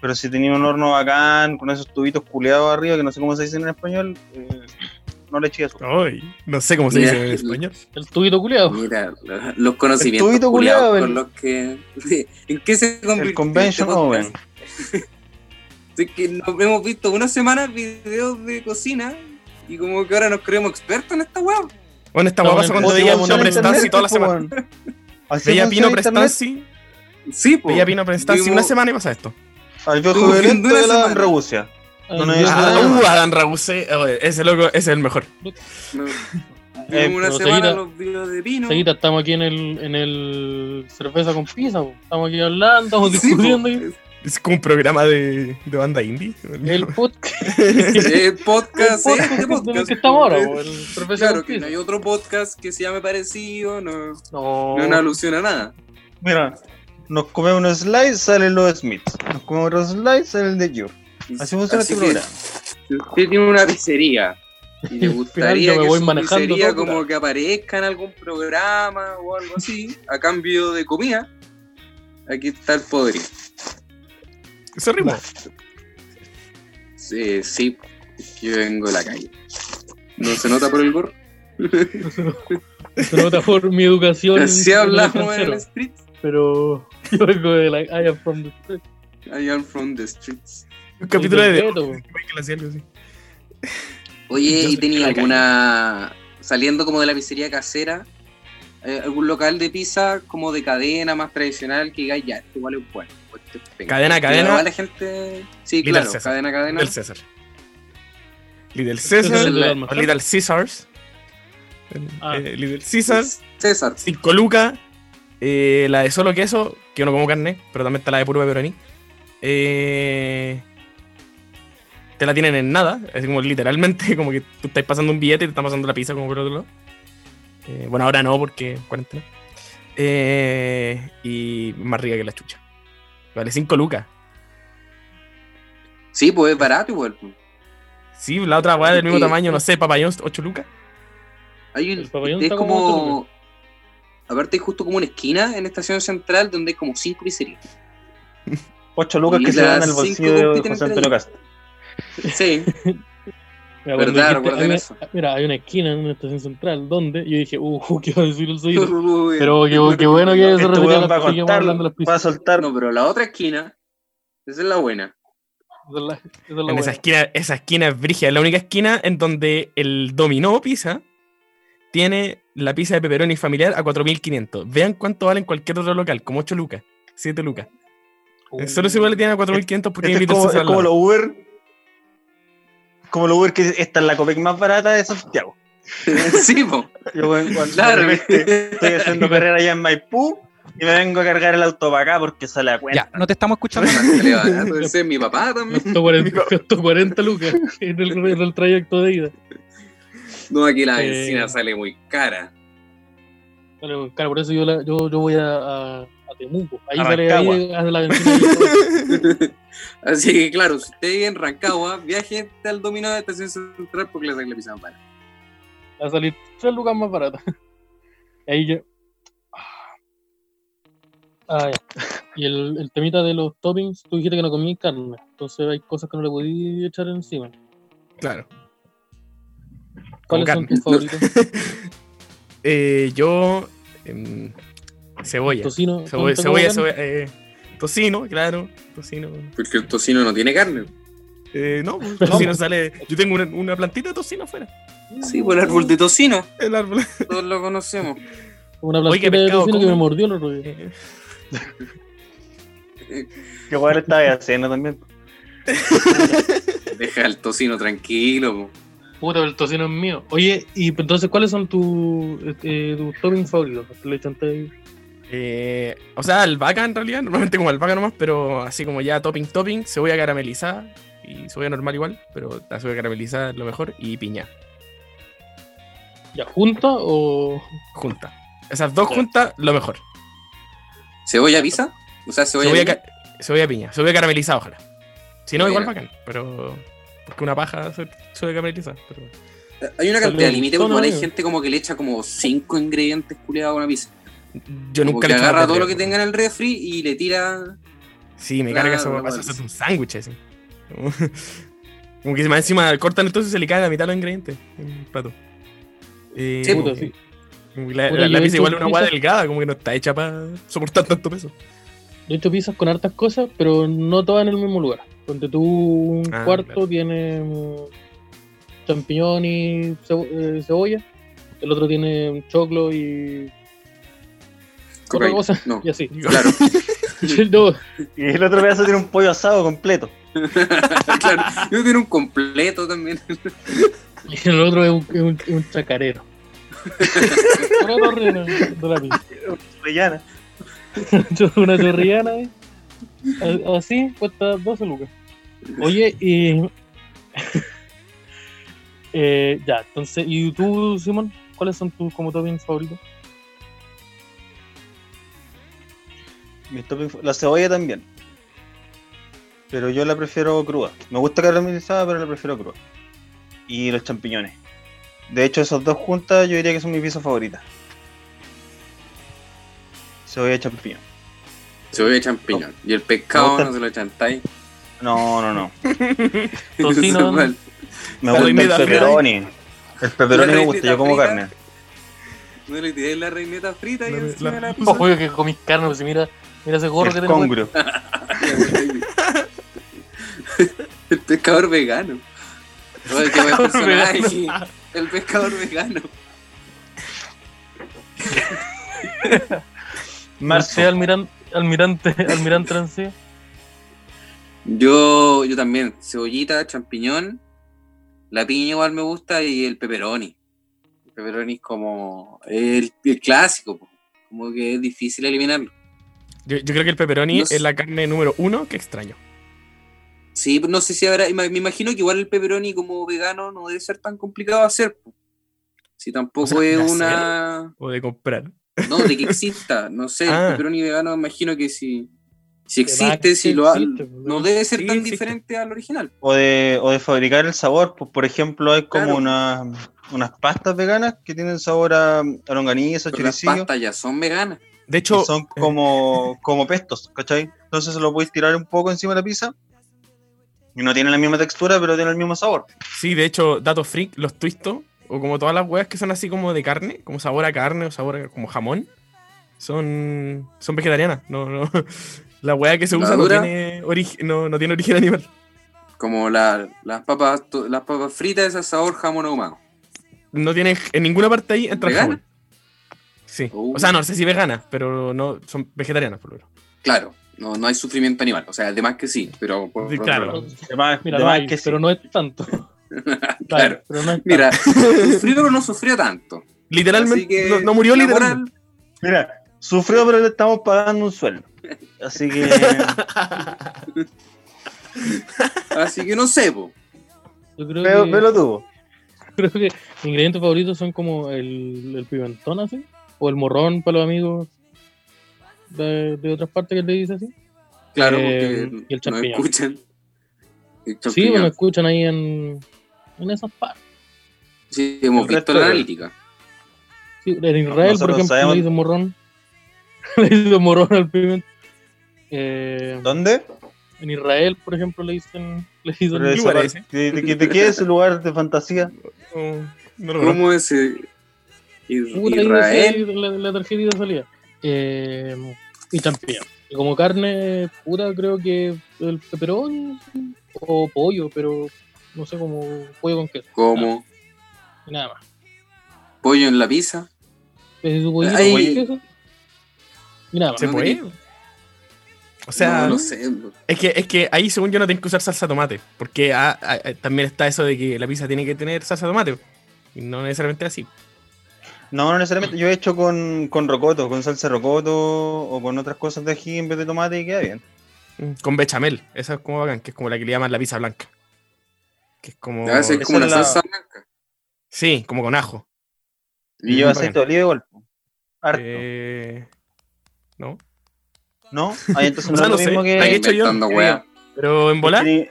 A: Pero si tenéis un horno bacán, con esos tubitos culeados arriba, que no sé cómo se dicen en español, eh, no le echéis azúcar.
D: Ay, no sé cómo se
C: Mira,
D: dice en español.
B: El tubito culiado.
C: Mira, lo- los conocimientos
A: El tubito
C: culiados
A: culiado,
C: con
A: el-
C: los que... ¿En qué se convirtió
A: El convention
C: este podcast?
A: oven.
C: Es que nos hemos visto una semana videos de cocina y como que ahora nos creemos expertos en esta weá.
D: Bueno, esta
B: No,
D: guapa
B: bueno,
D: pasa cuando
B: ¿cómo
D: veíamos
B: funciona
D: una Prestanzi
A: Internet,
D: toda la
A: pues,
D: semana.
A: weón. Así
D: Veía
A: funciona
D: Pino
A: Internet.
D: Prestanzi,
C: Sí, po. pues.
D: veía Pino Prestanzi
C: Vimos-
D: una semana y pasa esto.
A: Al viejo
C: Estuvo
A: violento
C: viendo una
A: de la
C: semana.
A: Ragusia. No, no,
B: Ay, Dios,
A: eso
D: Ah,
A: no.
B: Adán.
D: uh, Adán Rabuce, ese loco, ese es el mejor.
C: No.
A: Eh,
C: una
B: pero
C: semana
B: seguida-
C: los videos de Pino.
B: Seguita, estamos aquí en el, en el cerveza con pizza, po. estamos aquí hablando, estamos
C: Sí,
B: discutiendo.
C: po.
D: Es como un programa de, de banda indie.
B: El podcast,
C: Eh, podcast,
B: el
C: eh, este
B: podcast en el
C: podcast,
B: que estamos ahora,
C: eh,
B: po, el cerveza
C: Claro
B: con
C: que no
B: pizza.
C: hay otro podcast que se llame parecido, no, no
B: No,
C: es una alusión a nada.
A: Mira, nos comemos unos slides, sale lo de Smith. Nos comemos otros slides, sale el de Cure. Así funciona este
C: que,
A: programa.
C: Si usted tiene una pizzería y le
B: Al final
C: gustaría
B: yo me
C: que
B: voy
C: su
B: manejando
C: pizzería
B: todo, puta.
C: como que aparezca en algún programa o algo así, a cambio de comida, aquí está el podrido.
D: Eso rima.
C: Sí, sí, es que yo vengo de la calle. ¿No se nota por el gorro?
B: se nota por mi educación.
C: Así
B: en el
C: hablamos en
B: extranjero,
C: el street.
B: Pero yo vengo de la I am from the street.
C: I am from the streets.
D: Un capítulo de
B: Completo, po.
D: que la hacía algo así.
C: Oye,
D: Yo
C: ¿y
D: soy de
C: tenía
D: la
C: alguna, saliendo como de la pizzería casera, eh, algún local de pizza como de cadena más tradicional que diga, ya, este igual es bueno? o este es penca"?
D: Cadena,
C: Que
D: cadena.
C: igual la gente... Sí,
D: Little
C: claro,
D: César.
C: cadena, cadena.
D: Del César. Little César.
C: el-
D: o Little Caesars. El-
B: Ah.
D: eh, Little Caesar.
C: César.
D: 5 lucas. eh, la de solo queso, que yo no como carne, pero también está la de puro pepperoni. Eh, te la tienen en nada, es como literalmente, como que tú estás pasando un billete y te están pasando la pizza como por otro lado. Eh, bueno, ahora no, porque cuarentena. Eh, y más rica que la chucha. Vale 5 lucas.
C: Sí, pues es barato igual. pues.
D: Sí, la otra weá del mismo
C: Sí.
D: tamaño, no sé, papayón, 8 lucas.
C: Hay un,
B: El pabellón
C: es
B: está como
C: como... Aparte hay justo como una esquina en estación central donde hay como cinco pizzerías.
A: Ocho lucas
C: Y
A: que se
C: las
A: dan al
C: cinco
A: bolsillo de
C: compiten
A: José
C: entre
A: Antonio
C: ellas.
A: Castro.
C: Sí,
B: Mira, cuando
C: Verdad,
B: dijiste,
C: recuerden
B: hay una-
C: eso.
B: Mira, hay una esquina en una estación central donde yo dije, uh, ¿qué va a decir el seguidor?
C: pero...
B: Pero qué, qué bueno que se
A: Este
B: repetía
A: weón va a
B: las- seguimos hablando
A: contar,
B: de las
A: va
B: pizzas.
A: a soltar.
C: No, pero la otra esquina, esa es la buena.
B: Esa es la- esa es la
D: en
B: buena.
D: esa esquina, esa esquina es brígida, es la única esquina en donde el dominó pizza tiene la pizza de pepperoni familiar a 4.500. Vean cuánto vale en cualquier otro local, como 8 lucas, 7 lucas.
B: Uh,
D: Solo se vale tiene a 4.500 porque
A: Este
D: tiene
A: es como,
D: Little
A: es
D: Caesar
A: como
D: al
A: los
D: lado.
A: Uber. Como los Uber que esta es la Copec más barata de Santiago.
C: sí, po,
A: Yo, weón, cuando
C: claro.
A: de repente estoy haciendo carrera allá en Maipú y me vengo a cargar el auto para acá porque sale a cuenta.
E: Ya, no te estamos escuchando.
C: Sale barato, Ese es mi papá también.
B: Costó 40, costó 40 lucas en el, en el trayecto de ida.
C: No, aquí la
B: Eh.
C: benzina sale muy cara.
B: Claro, claro, por eso yo, la- yo, yo voy a, a, a Temuco. Ahí
A: A
B: sale
A: Rancagua.
B: ahí, hace la ventana.
C: Así que claro, si usted vive en Rancagua, viaje al dominó de estación central porque le sale la pizza más barata.
B: Va a salir 3 lucas más barata. Ahí yo. Ah, ya. Y el, el temita de los toppings, tú dijiste que no comí carne. Entonces hay cosas que no le podí echar encima.
D: Claro.
B: ¿Cuáles son
D: carne.
B: tus favoritos?
D: Eh, yo. em, cebolla.
B: Tocino.
D: Cebolla,
B: ¿cuánto
D: cebolla,
B: como carne?
D: cebolla, eh, tocino, claro. Tocino.
C: Porque el tocino no tiene carne.
D: Eh, no, tocino sale. Yo tengo una, una plantita de tocino afuera.
C: Sí, por el árbol de tocino.
D: El árbol.
C: Todos lo conocemos.
B: Una
D: Oye, qué
B: plantita de
D: pescado
B: tocino que
D: come.
B: me mordió el otro día.
D: Eh,
A: Que igual estaba de cena también.
C: Deja el tocino tranquilo. po.
B: Puta, pero el tocino es mío. Oye, y entonces, ¿cuáles son tus eh, tus toppings favoritos? Le chanté ahí.
D: Eh, o sea, albahaca en realidad, normalmente como albahaca nomás, pero así como ya topping, topping, cebolla caramelizada y cebolla normal igual, pero la cebolla caramelizada es lo mejor y piña,
B: ¿Ya junta o.?
D: junta. Esas dos juntas, lo mejor.
C: ¿Cebolla pizza? O sea, cebolla.
D: Cebolla,
C: pizza?
D: ca- cebolla piña, cebolla caramelizada, ojalá. Si no,
C: Mira.
D: igual bacán, pero. Porque una paja ce- cebolla caramelizada. Pero...
C: Hay una
B: Sale
C: cantidad
B: un
C: límite
B: tono,
C: porque hay
B: amigo.
C: gente como que le echa como cinco ingredientes culiados a una pizza.
D: Yo
C: Como
D: nunca
C: que
D: le he hecho
C: agarra
D: nada
C: todo lo que
D: perdido.
C: tenga en el refri y le tira
D: Sí, me carga
C: Claro,
D: esa
C: igual.
D: pasa hacer un sándwich así. Como- Como que más encima cortan entonces se le cae la mitad de los ingredientes en el plato. Eh,
C: Sí,
B: Puta, sí.
D: Como que La,
B: Puta,
D: la-
B: yo
D: la
B: he
D: pizza
B: hecho
D: igual es una
B: pizza-
D: guada delgada, como que no está hecha para soportar tanto peso.
B: Yo he hecho pizzas con hartas cosas, pero no todas en el mismo lugar. Donde tú un
D: Ah,
B: cuarto
D: claro.
B: tiene mm, champiñón y cebo- eh, cebolla, el otro tiene un choclo y
C: cocaína.
B: cosa.
C: No,
B: y así.
D: Digo,
C: claro.
B: no,
A: Y el otro pedazo tiene un pollo asado completo.
C: claro, yo tiene un completo también.
B: y el otro es un, es un, es un chacarero. una torrena de la pizza.
A: Rellana.
B: Una chorrillana, ¿eh? A- Así cuesta 12 lucas. Oye, y. Eh, ya, entonces, ¿y tú, Simón? ¿Cuáles son tus como toppings favoritos?
A: Mi topping fa- La cebolla también. Pero yo la prefiero cruda. Me gusta caramelizada, pero la prefiero cruda. Y los champiñones. De hecho, esas dos juntas yo diría que son mis pizzas favoritas. Cebolla y champiñón.
C: Se oye champiñón. Y el pescado no se lo chantáis.
A: No, no, no.
B: Tocino.
C: Vale.
A: Me
D: Pero
A: gusta el
D: invita a
A: pepperoni. El pepperoni me gusta, yo como carne.
C: No le tiráis la reineta frita y
D: La-
C: encima
D: la-
C: la, pizza.
B: Obvio que comís carne, pues mira, mira ese gorro que
A: El
B: tenemos.
A: congro.
C: El pescador vegano. Oye, qué buen personaje.
D: vegano.
C: El pescador vegano.
A: Marzo.
B: Marcé almirante, almirante, almirante Trancé.
C: Yo, yo también. Cebollita, champiñón. La piña igual me gusta y el pepperoni. El pepperoni es como el, el clásico. po. Como que es difícil eliminarlo.
D: Yo, yo creo que el pepperoni
C: No sé.
D: es la carne número uno que extraño.
C: Sí, pues, no sé si habrá. ima- Me imagino que igual el pepperoni como vegano no debe ser tan complicado de hacer. po. Si tampoco
D: O sea,
C: es
D: ¿de
C: una.
D: O de comprar.
C: No, de que exista. No sé,
D: Ah.
C: el pepperoni vegano me imagino que si, si
B: Que va,
C: existe,
B: que
C: si lo ha-
B: existe, pues,
C: No debe ser
D: Sí,
C: tan
D: existe.
C: diferente al original.
A: O de, o de fabricar el sabor. Pues, por ejemplo, hay como
C: Claro.
A: unas, unas pastas veganas que tienen sabor a, a longaniza,
C: Pero las
A: choricillo.
C: pastas ya son veganas.
D: De
A: que
D: hecho,
A: son como, como pestos, ¿cachai? Entonces se lo podéis tirar un poco encima de la pizza. Y no tiene la misma textura, pero tiene el mismo sabor.
D: sí, de hecho, datos freak, los twistos, o como todas las huevas que son así como de carne, como sabor a carne o sabor a- como jamón, son, son vegetarianas. No, no. La hueá que se
C: ¿La
D: usa no
C: dura?
D: tiene, origi- no, no tiene origen animal.
C: Como la- las papas to- las papas fritas, esas sabor jamón ahumado.
D: No tiene en ninguna parte ahí entra el
C: ¿Vegana?
D: jamón. Sí.
C: Uh.
D: O sea, no sé si veganas, pero no son vegetarianas por lo menos.
C: Claro, no, no hay sufrimiento animal. O sea, además que sí, pero por
D: Sí,
C: otro
D: claro.
C: lado.
A: Además,
B: Mira, no
A: además
B: hay,
A: que sí.
B: pero no es tanto.
C: Claro.
B: pero no es
C: Mira, sufrió o no sufrió tanto. Así
D: Literalmente,
C: que,
D: no, no murió
C: la
D: literalmente.
C: moral,
A: Mira, sufrió, pero le estamos pagando un sueldo. Así que
C: Así que no sé, po.
B: tanto. Yo creo
A: pero
B: que,
A: pero tuvo.
B: creo que mis ingredientes favoritos son como el, el pimentón así, o el morrón para los amigos de, de otras partes que le dice así.
C: Claro,
B: Eh,
C: porque
B: y el
C: no
B: champiñón.
C: escuchan. El
B: Sí,
C: champiñón.
B: bueno, escuchan ahí en, en esas partes.
C: Sí, hemos
A: El
C: visto
A: resto
C: la
A: de-
C: analítica.
B: Sí, en Israel, por
A: Nosotros
B: ejemplo,
A: sabemos-
B: le hizo morrón. le hizo morrón al pimentón. Eh,
A: ¿Dónde?
B: en Israel, por ejemplo, le dicen. Le dicen
A: Pero esa
D: lugar
A: parte-
D: ese.
A: ¿De, de, de- de qué es el lugar de fantasía?
D: No, no lo conozco.
C: ¿Cómo es eh,
B: Puta, ahí
C: Israel?
B: decía La, la tarjetita salía. Eh, y champiñón. Y como carne pura, creo que el peperón o pollo, pero no sé, como pollo con queso.
C: Como
B: y Nada más.
C: pollo en la pizza.
B: Es su pollito
C: Ahí-
B: con queso. Y nada más.
D: ¿Se
C: no
D: puede?
C: tenía-
D: O sea,
C: no, no sé. po.
D: es, que, es que ahí, según yo, no tienen que usar salsa tomate. Porque ah, ah, ah, también está eso de que la pizza tiene que tener salsa tomate. Y no necesariamente así.
A: No, no necesariamente. Yo he hecho con, con rocoto, con salsa rocoto o con otras cosas de ají en vez de tomate y queda bien.
D: Mm, Con bechamel. Esa es como bacán, que es como la que le llaman la pizza blanca. Que es como.
C: A veces es como
A: esa
C: una
A: Ah, es la-
C: salsa blanca.
D: Sí, como con ajo.
A: Y
D: Mm,
A: lleva
D: bacán.
A: aceite de oliva igual. po. Harto.
D: Eh, ¿No?
A: ¿No? Ahí entonces
D: o sea,
A: no
D: no
A: es
D: sé,
A: lo mismo que.
D: la he hecho yo.
C: Inventando
A: que
C: weá.
D: Pero en volar.
A: Gri-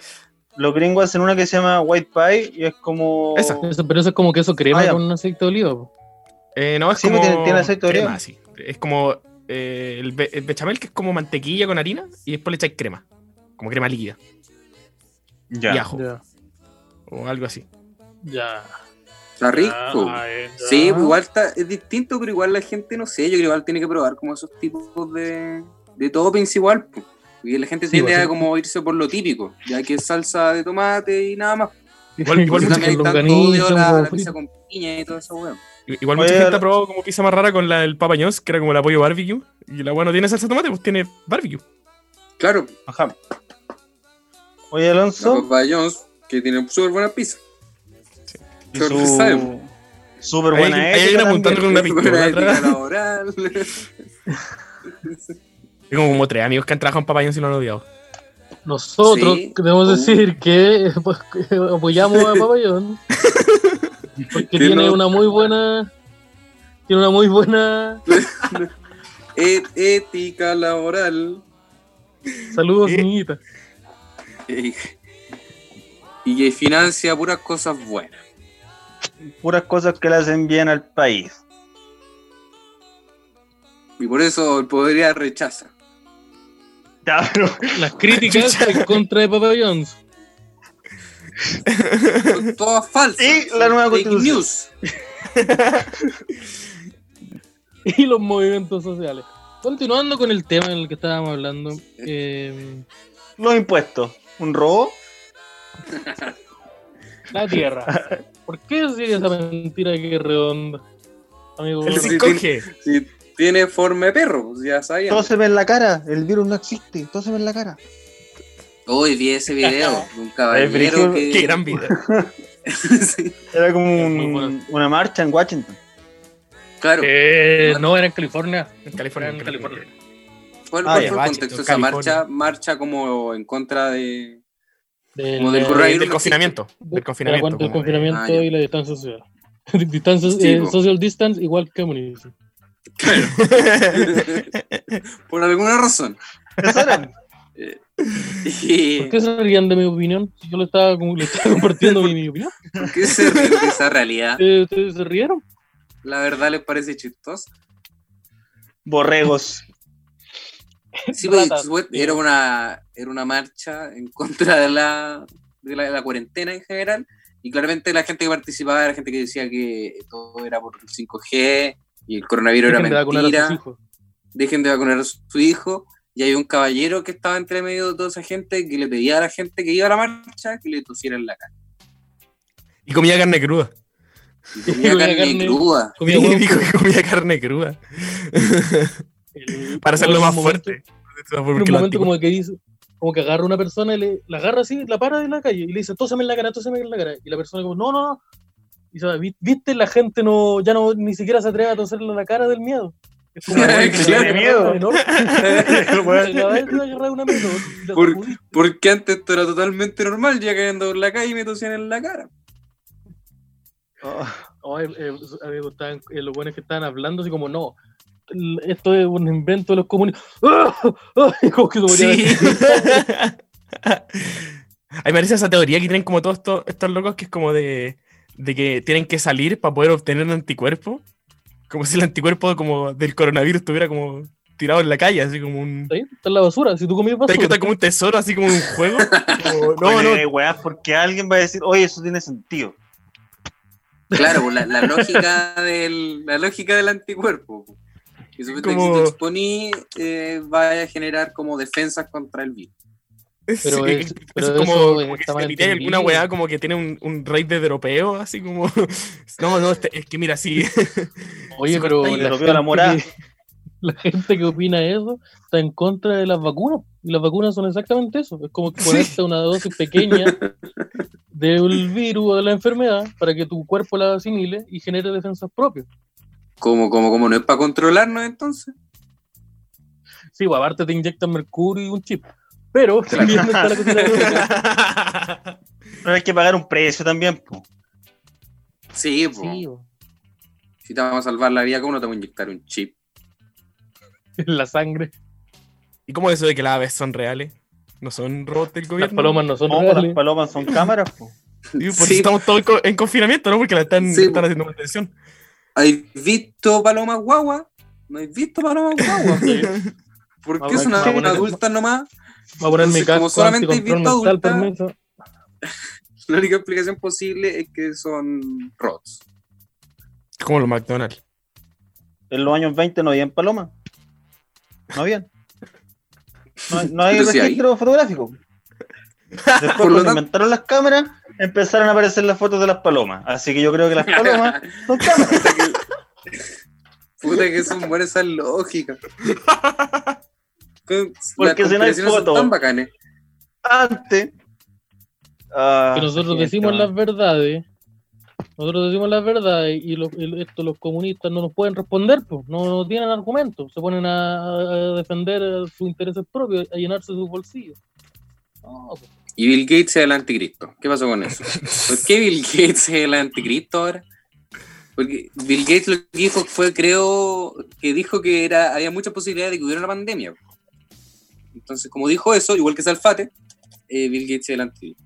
A: Los gringos hacen una que se llama White Pie y es como.
D: Esa.
B: Eso- pero eso es como queso crema
A: Ah, ya.
B: con aceite de oliva. po.
D: Eh, no, es
A: Sí, pues,
D: como.
A: tiene- tiene aceite de
D: crema,
A: oliva.
D: sí. Es como eh, el, be- el bechamel, que es como mantequilla con harina. Y después le echáis crema. Como crema líquida.
A: Ya.
D: Y ajo.
B: Ya.
D: O algo así.
B: Ya.
C: Está rico.
B: Ay, Ah, ya.
C: Sí, pues igual está, es distinto, pero igual la gente, no sé, yo creo que igual tiene que probar como esos tipos de, de toppings igual. pues. Porque la gente
B: Sí,
C: tiende
B: pues,
C: a
B: sí.
C: como irse por lo típico, ya que es salsa de tomate y nada más.
D: Igual- igual
C: Porque
D: mucha
C: también hay
B: con
C: tanto
B: longaniza,
C: odio a la,
B: huevo
C: la pizza
B: pues, frito.
C: con piña y todo eso, weón.
D: Igual mucha
A: Oye,
D: gente
A: la-
D: ha probado como pizza más rara con la, el Papa John's, que era como el apoyo barbecue. Y la agua no tiene salsa de tomate, pues tiene barbecue.
C: Claro,
A: Ajá. Oye,
C: la
A: Alonso,
C: Papa John's, que tiene súper buena pizza.
A: y
C: creo que
A: su...
C: saben.
A: Súper
D: Ahí-
A: buena
D: ahí hay
A: ética
D: una apuntando
A: también. pues.
D: con una pistola
C: Buena
D: atrás.
C: ética laboral.
D: Tengo como tres amigos que han trabajado en Papa John's y lo han odiado.
B: Nosotros
C: Sí.
B: debemos
C: Uh.
B: decir que, pues, que apoyamos a Papayón porque
C: Que
B: tiene
C: no-
B: una muy buena tiene una muy buena
C: Et- ética laboral.
B: saludos
D: Eh.
B: niñita.
C: Y y que financia puras cosas buenas.
A: Puras cosas que le hacen bien al país.
C: Y por eso el poder rechaza.
A: Ya, pero-
B: Las críticas en contra de Papayón.
C: Son todas falsas.
A: Y la
C: Son
A: nueva
C: fake
A: constitución.
C: news.
B: y los movimientos sociales. Continuando con el tema en el que estábamos hablando, eh,
A: Los impuestos. ¿Un robo?
B: la Tierra. ¿Por qué sigue esa mentira que es redonda? Amigo, Eh,
D: El
C: Sí, sí,
D: 5G.
C: Si tiene forma de perro, pues ya sabían.
A: Todo se ve en la cara. El virus no existe. Todo se ve en la cara.
C: Hoy vi ese video de un
A: Ay,
C: caballero
A: Brigio,
C: que...
D: Qué gran vida.
C: Sí,
A: Era como
B: Es muy
A: un-
B: bueno.
A: una marcha en Washington.
C: claro.
B: Eh, no, era en California.
D: En California. en
B: En
D: California.
C: ¿Cuál,
A: Ah, ya,
C: cuál fue el
D: Washington,
C: contexto? Esa
D: California.
C: marcha, marcha como en contra de...
B: Del,
C: Como del
B: eh,
C: coronavirus.
D: Del confinamiento. Del
B: de la-
D: confinamiento.
B: del
D: como de-
B: confinamiento
C: Ah, ya.
B: y la distancia social. distancia,
C: Sí,
B: eh,
C: po.
B: social distance igual que comunismo.
C: Por alguna razón.
A: Eso era.
C: Y-
B: ¿Por qué se rían de mi opinión? Si yo le estaba, como- le estaba compartiendo mi, mi opinión.
C: ¿Por qué se ríen de esa realidad?
B: Eh, ¿Ustedes se rieron?
C: La verdad les parece chistoso.
A: Borregos.
C: Sí, pues,
B: Ratas.
C: supuest- era una era una marcha en contra de la, de la, de la cuarentena en general y claramente la gente que participaba era gente que decía que todo era por el 5G y el coronavirus
B: Dejen de
C: era
B: vacunar a sus
C: mentira,
B: hijos.
C: dejen de vacunar a su hijo y hay un caballero que estaba entre medio de toda esa gente que le pedía a la gente que iba a la marcha que le tosieran la cara.
D: Y comía carne cruda.
C: Y tenía
B: comía
C: carne,
B: carne.
C: cruda.
B: Comía huevo.
D: dijo que comía carne cruda.
B: El-
D: Para hacerlo
B: un
D: más
B: momento-
D: fuerte.
B: En
D: Porque
B: un
D: lo
B: momento
D: anticuerpo-
B: como que dice, como que agarra a una persona y le, la agarra así, la para de la calle y le dice, tósame en la cara, tósame en la cara. Y la persona como, no, no, no. Y se va, "Vi- viste, la gente no, ya no, ni siquiera se atreve a tosarle en la cara del miedo. Es como,
C: Claro.
B: "Tiene miedo, ¿no?".
A: El weón-
B: Acabáis de agarrar una mano, y la
C: Por-
B: sacudís.
C: Porque antes esto era totalmente normal, ya que andaba por la calle y me tosían en la cara.
A: Oh,
B: No, eh, eh, a mí me gustaban, eh, los buenos que estaban hablando así como, no, l- esto es un invento de los comunistas. ¡Ah! ¡Ah! Como que se moría
D: Sí.
B: la-
D: Ay, me parece esa teoría que tienen como todos estos, estos locos que es como de, de que tienen que salir para poder obtener un anticuerpo. Como si el anticuerpo como del coronavirus estuviera como tirado en la calle, así como un.
B: Está ahí, está en la basura, si tú comías
D: Hay que
B: basura.
D: estar como un tesoro, así como en un juego. Como,
A: no,
D: no, no.
A: porque alguien va a decir, oye, eso tiene sentido.
C: Claro, pues, la, la lógica del, la lógica del anticuerpo. po. Que supuestamente
D: Como-
C: si te exponí, eh, vaya a generar como defensas contra el virus.
D: Es,
B: Pero
D: es-
B: es-
D: es
B: pero
D: como,
B: eso
D: como que
B: está
D: si
B: mal
D: te piteas alguna
B: entendido.
D: weá como que tiene un, un rey de europeo, así como. No, no, este- es que mira, sí.
B: Oye,
D: Se
B: pero
D: corta
A: y le
B: la
A: rompió
B: gente,
A: la morada.
B: que, la gente que opina eso está en contra de las vacunas. Y las vacunas son exactamente eso. Es como que
D: Sí.
B: ponerte una dosis pequeña del virus o de la enfermedad para que tu cuerpo la asimile y genere defensas propias.
C: Como, como, como no es para controlarnos entonces.
B: Sí, pues, aparte te inyectan mercurio y un chip. Pero
C: Claro.
B: también está la cosita que-
A: Pero hay que pagar un precio también. po.
C: Sí, po.
B: Sí, bo.
C: si te vamos a salvar la vida, ¿cómo no te voy a inyectar un chip?
B: en la sangre.
D: ¿Y cómo es eso de que las aves son reales? ¿No son robots del gobierno?
B: Las palomas no son
A: No, pues las
B: reales.
A: palomas son cámaras. po.
D: Y por
C: Sí.
D: eso estamos todos co- en confinamiento, ¿no? Porque la están,
C: Sí,
D: están
C: po.
D: haciendo mantención.
C: ¿Has visto palomas guagua? ¿No has visto palomas guagua? ¿Por qué
B: Ahora
C: son
B: que
C: una-
B: vamos
C: una
B: a-
C: adulta nomás?
B: Va a poner mi
C: Entonces, como
B: casco
C: solamente
B: anticontrol
C: invito a
B: mental,
C: adulta-
B: permiso.
C: La única explicación posible es que son rots.
D: Como los McDonald's.
A: En los años 20 no habían palomas. No habían. No, no hay
C: Pero sí hay.
A: registro fotográfico. Después
C: Por lo
A: cuando
C: tanto-
A: inventaron las cámaras, empezaron a aparecer las fotos de las palomas. Así que yo creo que las palomas son cámaras.
C: Puta que son buenas esas lógicas. Con-
A: Porque
C: las
A: si no hay
C: conspiraciones son
A: foto.
C: tan bacanes.
A: Antes. Ah,
B: que nosotros
A: gente,
B: decimos
A: man.
B: las verdades. Nosotros decimos las verdades y, los, y esto, los comunistas no nos pueden responder, pues, no, no tienen argumentos, se ponen a, a defender sus intereses propios, a llenarse sus bolsillos. No, pues,
C: Y Bill Gates es el anticristo. ¿Qué pasó con eso? ¿Por qué Bill Gates es el anticristo ahora? Porque Bill Gates lo que dijo fue, creo, que dijo que era, había muchas posibilidades de que hubiera una pandemia. Entonces, como dijo eso, igual que Salfate, eh, Bill Gates es el anticristo.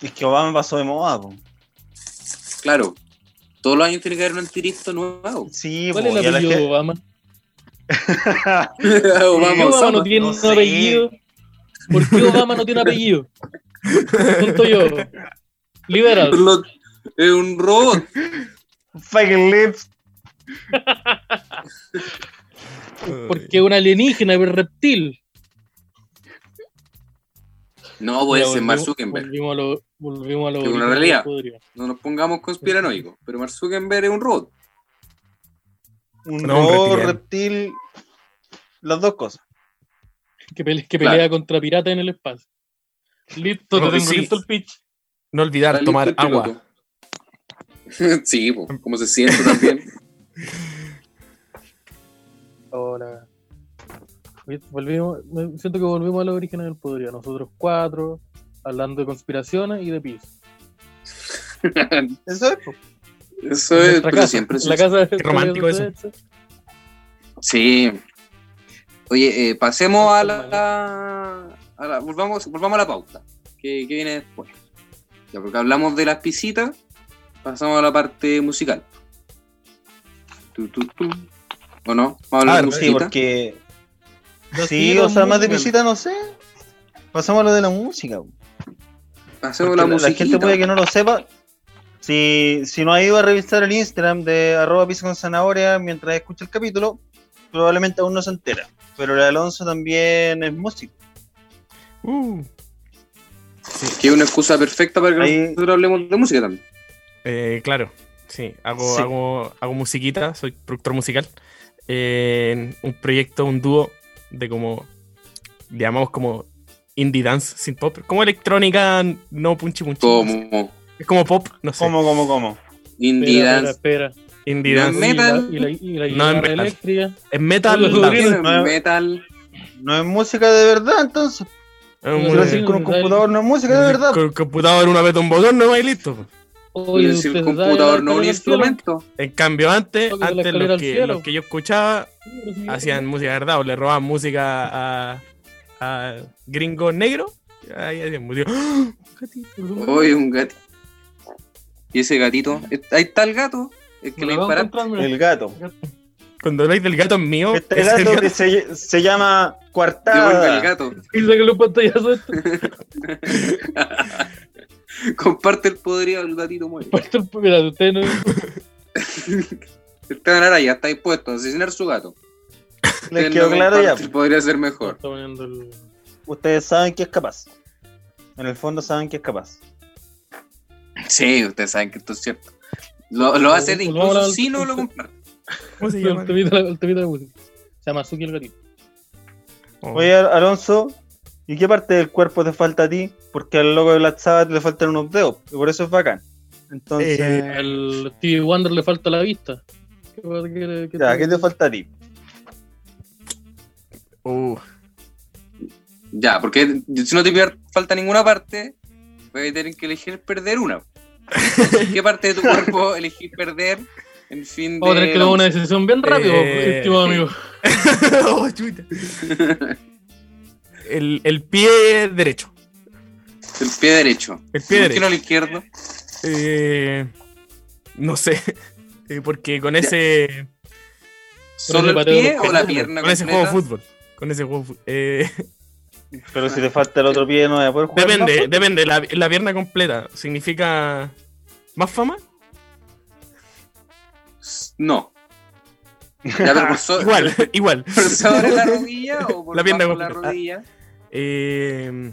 A: Es que Obama pasó de moda, po.
C: Claro, todos los años tiene que haber un anticristo nuevo.
A: Sí,
B: ¿Cuál
A: po,
B: es
A: y
B: el
A: a la
B: apellido de
A: gente-
B: Obama? ¿Por qué
C: Obama,
B: Obama
C: Obama.
B: no tiene
A: no
B: un
A: sé.
B: apellido? ¿Por qué Obama no tiene apellido? Punto yo. Liberal.
C: Por lo- Es un robot.
A: Fucking lips.
B: Porque un alienígena, un reptil.
C: No, puede
B: Ya,
C: ser
B: volvimos-
C: Mark Zuckerberg.
B: Volvimos a lo. Volvimos a lo
C: Que una
B: original
C: realidad.
B: podría.
C: No nos pongamos conspiranoicos, pero Mark Zuckerberg es un robot.
A: Un
D: No, un
A: robot,
D: reptiliano.
A: reptil. Las dos cosas.
B: Que, pele- que
C: Claro.
B: pelea contra piratas en el espacio. Listo,
D: No,
B: te
D: y
B: tengo
D: sí.
B: listo el pitch.
D: No olvidar
C: Está
D: tomar
C: listo el
D: agua.
C: piloto. sí, po, como se siente también.
B: Hola. Volvimos, me siento que volvimos a los orígenes del podría. Nosotros cuatro, hablando de conspiraciones y de pis.
A: Eso es, po.
C: Eso es,
B: Nuestra
C: pero
B: casa,
C: siempre es
B: en la casa de
D: romántico eso.
C: Sí. Oye, eh, pasemos a la,
B: Mal.
C: a la- volvamos, volvamos a la pauta. Que, que viene después? Ya, porque hablamos de las pisitas, pasamos a la parte musical. Tu, tu, tu. ¿O no? Vamos a hablar
D: Ah,
C: de
D: sí,
A: Sí,
C: musiquita.
A: porque.
B: Yo
A: Sí,
B: sí,
A: o sea,
B: los
A: más de
B: músicos.
A: visita no sé. Pasamos a lo de la música. po.
C: Pasemos
A: Porque
C: a la
A: la, la
C: musiquita.
A: gente puede que no lo sepa. Si, si no ha ido a revisar el Instagram de arroba piso con zanahoria mientras escucha el capítulo, probablemente aún no se entera. Pero el Alonso también es músico.
D: Uh,
C: Que es una excusa perfecta para que
A: Ahí-
C: nosotros hablemos de música también.
D: eh, claro, sí. Hago,
A: Sí.
D: Hago, hago musiquita, soy productor musical. eh, En un proyecto, un dúo de como. Le llamamos como indie dance sin pop. Como electrónica, no punchi punchi.
C: Como
D: Es como pop, no sé.
A: ¿Cómo, cómo, cómo?
C: Indie
B: Espera,
C: Dance.
B: espera, espera.
D: Indie
C: No
D: dance.
C: me- Metal.
B: Y la, y la, y la
D: No,
B: guitarra
D: en metal.
B: eléctrica.
D: Es metal.
B: Los
D: dance.
B: Rodrigo.
C: Tiene
A: no-
C: metal.
A: No es música de verdad, entonces.
D: Es un-
A: Si lo
B: Muy
A: haces
B: bien.
A: con un computador, no es música de verdad.
D: Con el computador uno aprieta un botón nomás y listo.
B: Oye,
C: es decir,
B: ¿ustedes
C: el
B: saben
C: computador
B: la
C: no un
B: escalera al cielo?
C: instrumento.
D: En cambio, antes,
B: Toque de la
D: antes
B: escalera
D: los
B: al
D: que,
B: cielo.
D: los que yo escuchaba hacían música de verdad o le robaban música a, a gringos negros. Ahí hacían música. ¡Ah! Un gatito, un
C: Oye, un gato. Y ese gatito. eh, Ahí está el gato. El que
B: Me
C: le
B: lo van a
C: dispararon.
B: encontrar, mira.
A: El gato.
D: Cuando habláis del gato es mío,
A: Este
D: es el
A: gato que
D: gato-
A: se, se llama
C: Devuelve el
A: Coartada.
C: gato.
B: Y sacan los pantallazos estos,
C: Comparte el poderío del gatito muere.
B: parte el- Mira, ustedes no.
C: Esteban Araya está dispuesto a asesinar su gato.
A: Les
C: Usted
A: quedó
C: no
A: claro ya.
C: comparte, Podría ser mejor.
B: Está poniendo el-
A: Ustedes saben que es capaz. En el fondo saben que es capaz.
C: Sí, ustedes saben que esto es cierto. Lo, lo hacen
B: Pues vamos a
C: incluso
B: hablar-
C: si no lo comparten.
D: ¿Cómo se llama?
B: el temita el temita de la música. Se llama Suki el gatito.
D: Oh.
A: Oye, Al- Alonso, ¿y qué parte del cuerpo te falta a ti? Porque al loco de Black Sabbath le faltan unos dedos, y por eso es bacán. Entonces,
D: Eh,
B: Al Stevie Wonder le falta la vista. ¿Qué, qué- qué-
A: ya, ¿qué te falta a ti?
D: Uh,
C: Ya, porque si no te pierde- falta ninguna parte, vas a tener que elegir perder una. ¿Qué parte de tu cuerpo elegís perder en fin de...
B: Vamos a tener que
C: la
B: tomar una
C: música?
B: decisión bien rápido,
D: Eh,
B: estimado
D: sí.
B: amigo.
D: oh, chuta. El, el pie derecho.
C: El pie derecho.
D: El pie
C: ¿Por qué no
D: derecho.
C: el izquierdo?
D: Eh, no sé. Eh, porque con ese.
C: ¿Solo el
B: pareo de
C: pie
B: los
C: o la
B: pelos.
C: pierna
D: Con ese juego de
C: completa?
D: fútbol. Con ese juego de fútbol. Eh,
A: Pero si te falta el otro pie, no vas a poder jugar.
D: Depende,
A: más.
D: depende. La, la pierna completa significa más fama.
C: No. Ya, pero por so-
D: Igual, igual.
C: ¿Por sobre la rodilla o por
D: La
C: la
D: pierna
C: la
D: completa.
C: rodilla?
D: Eh,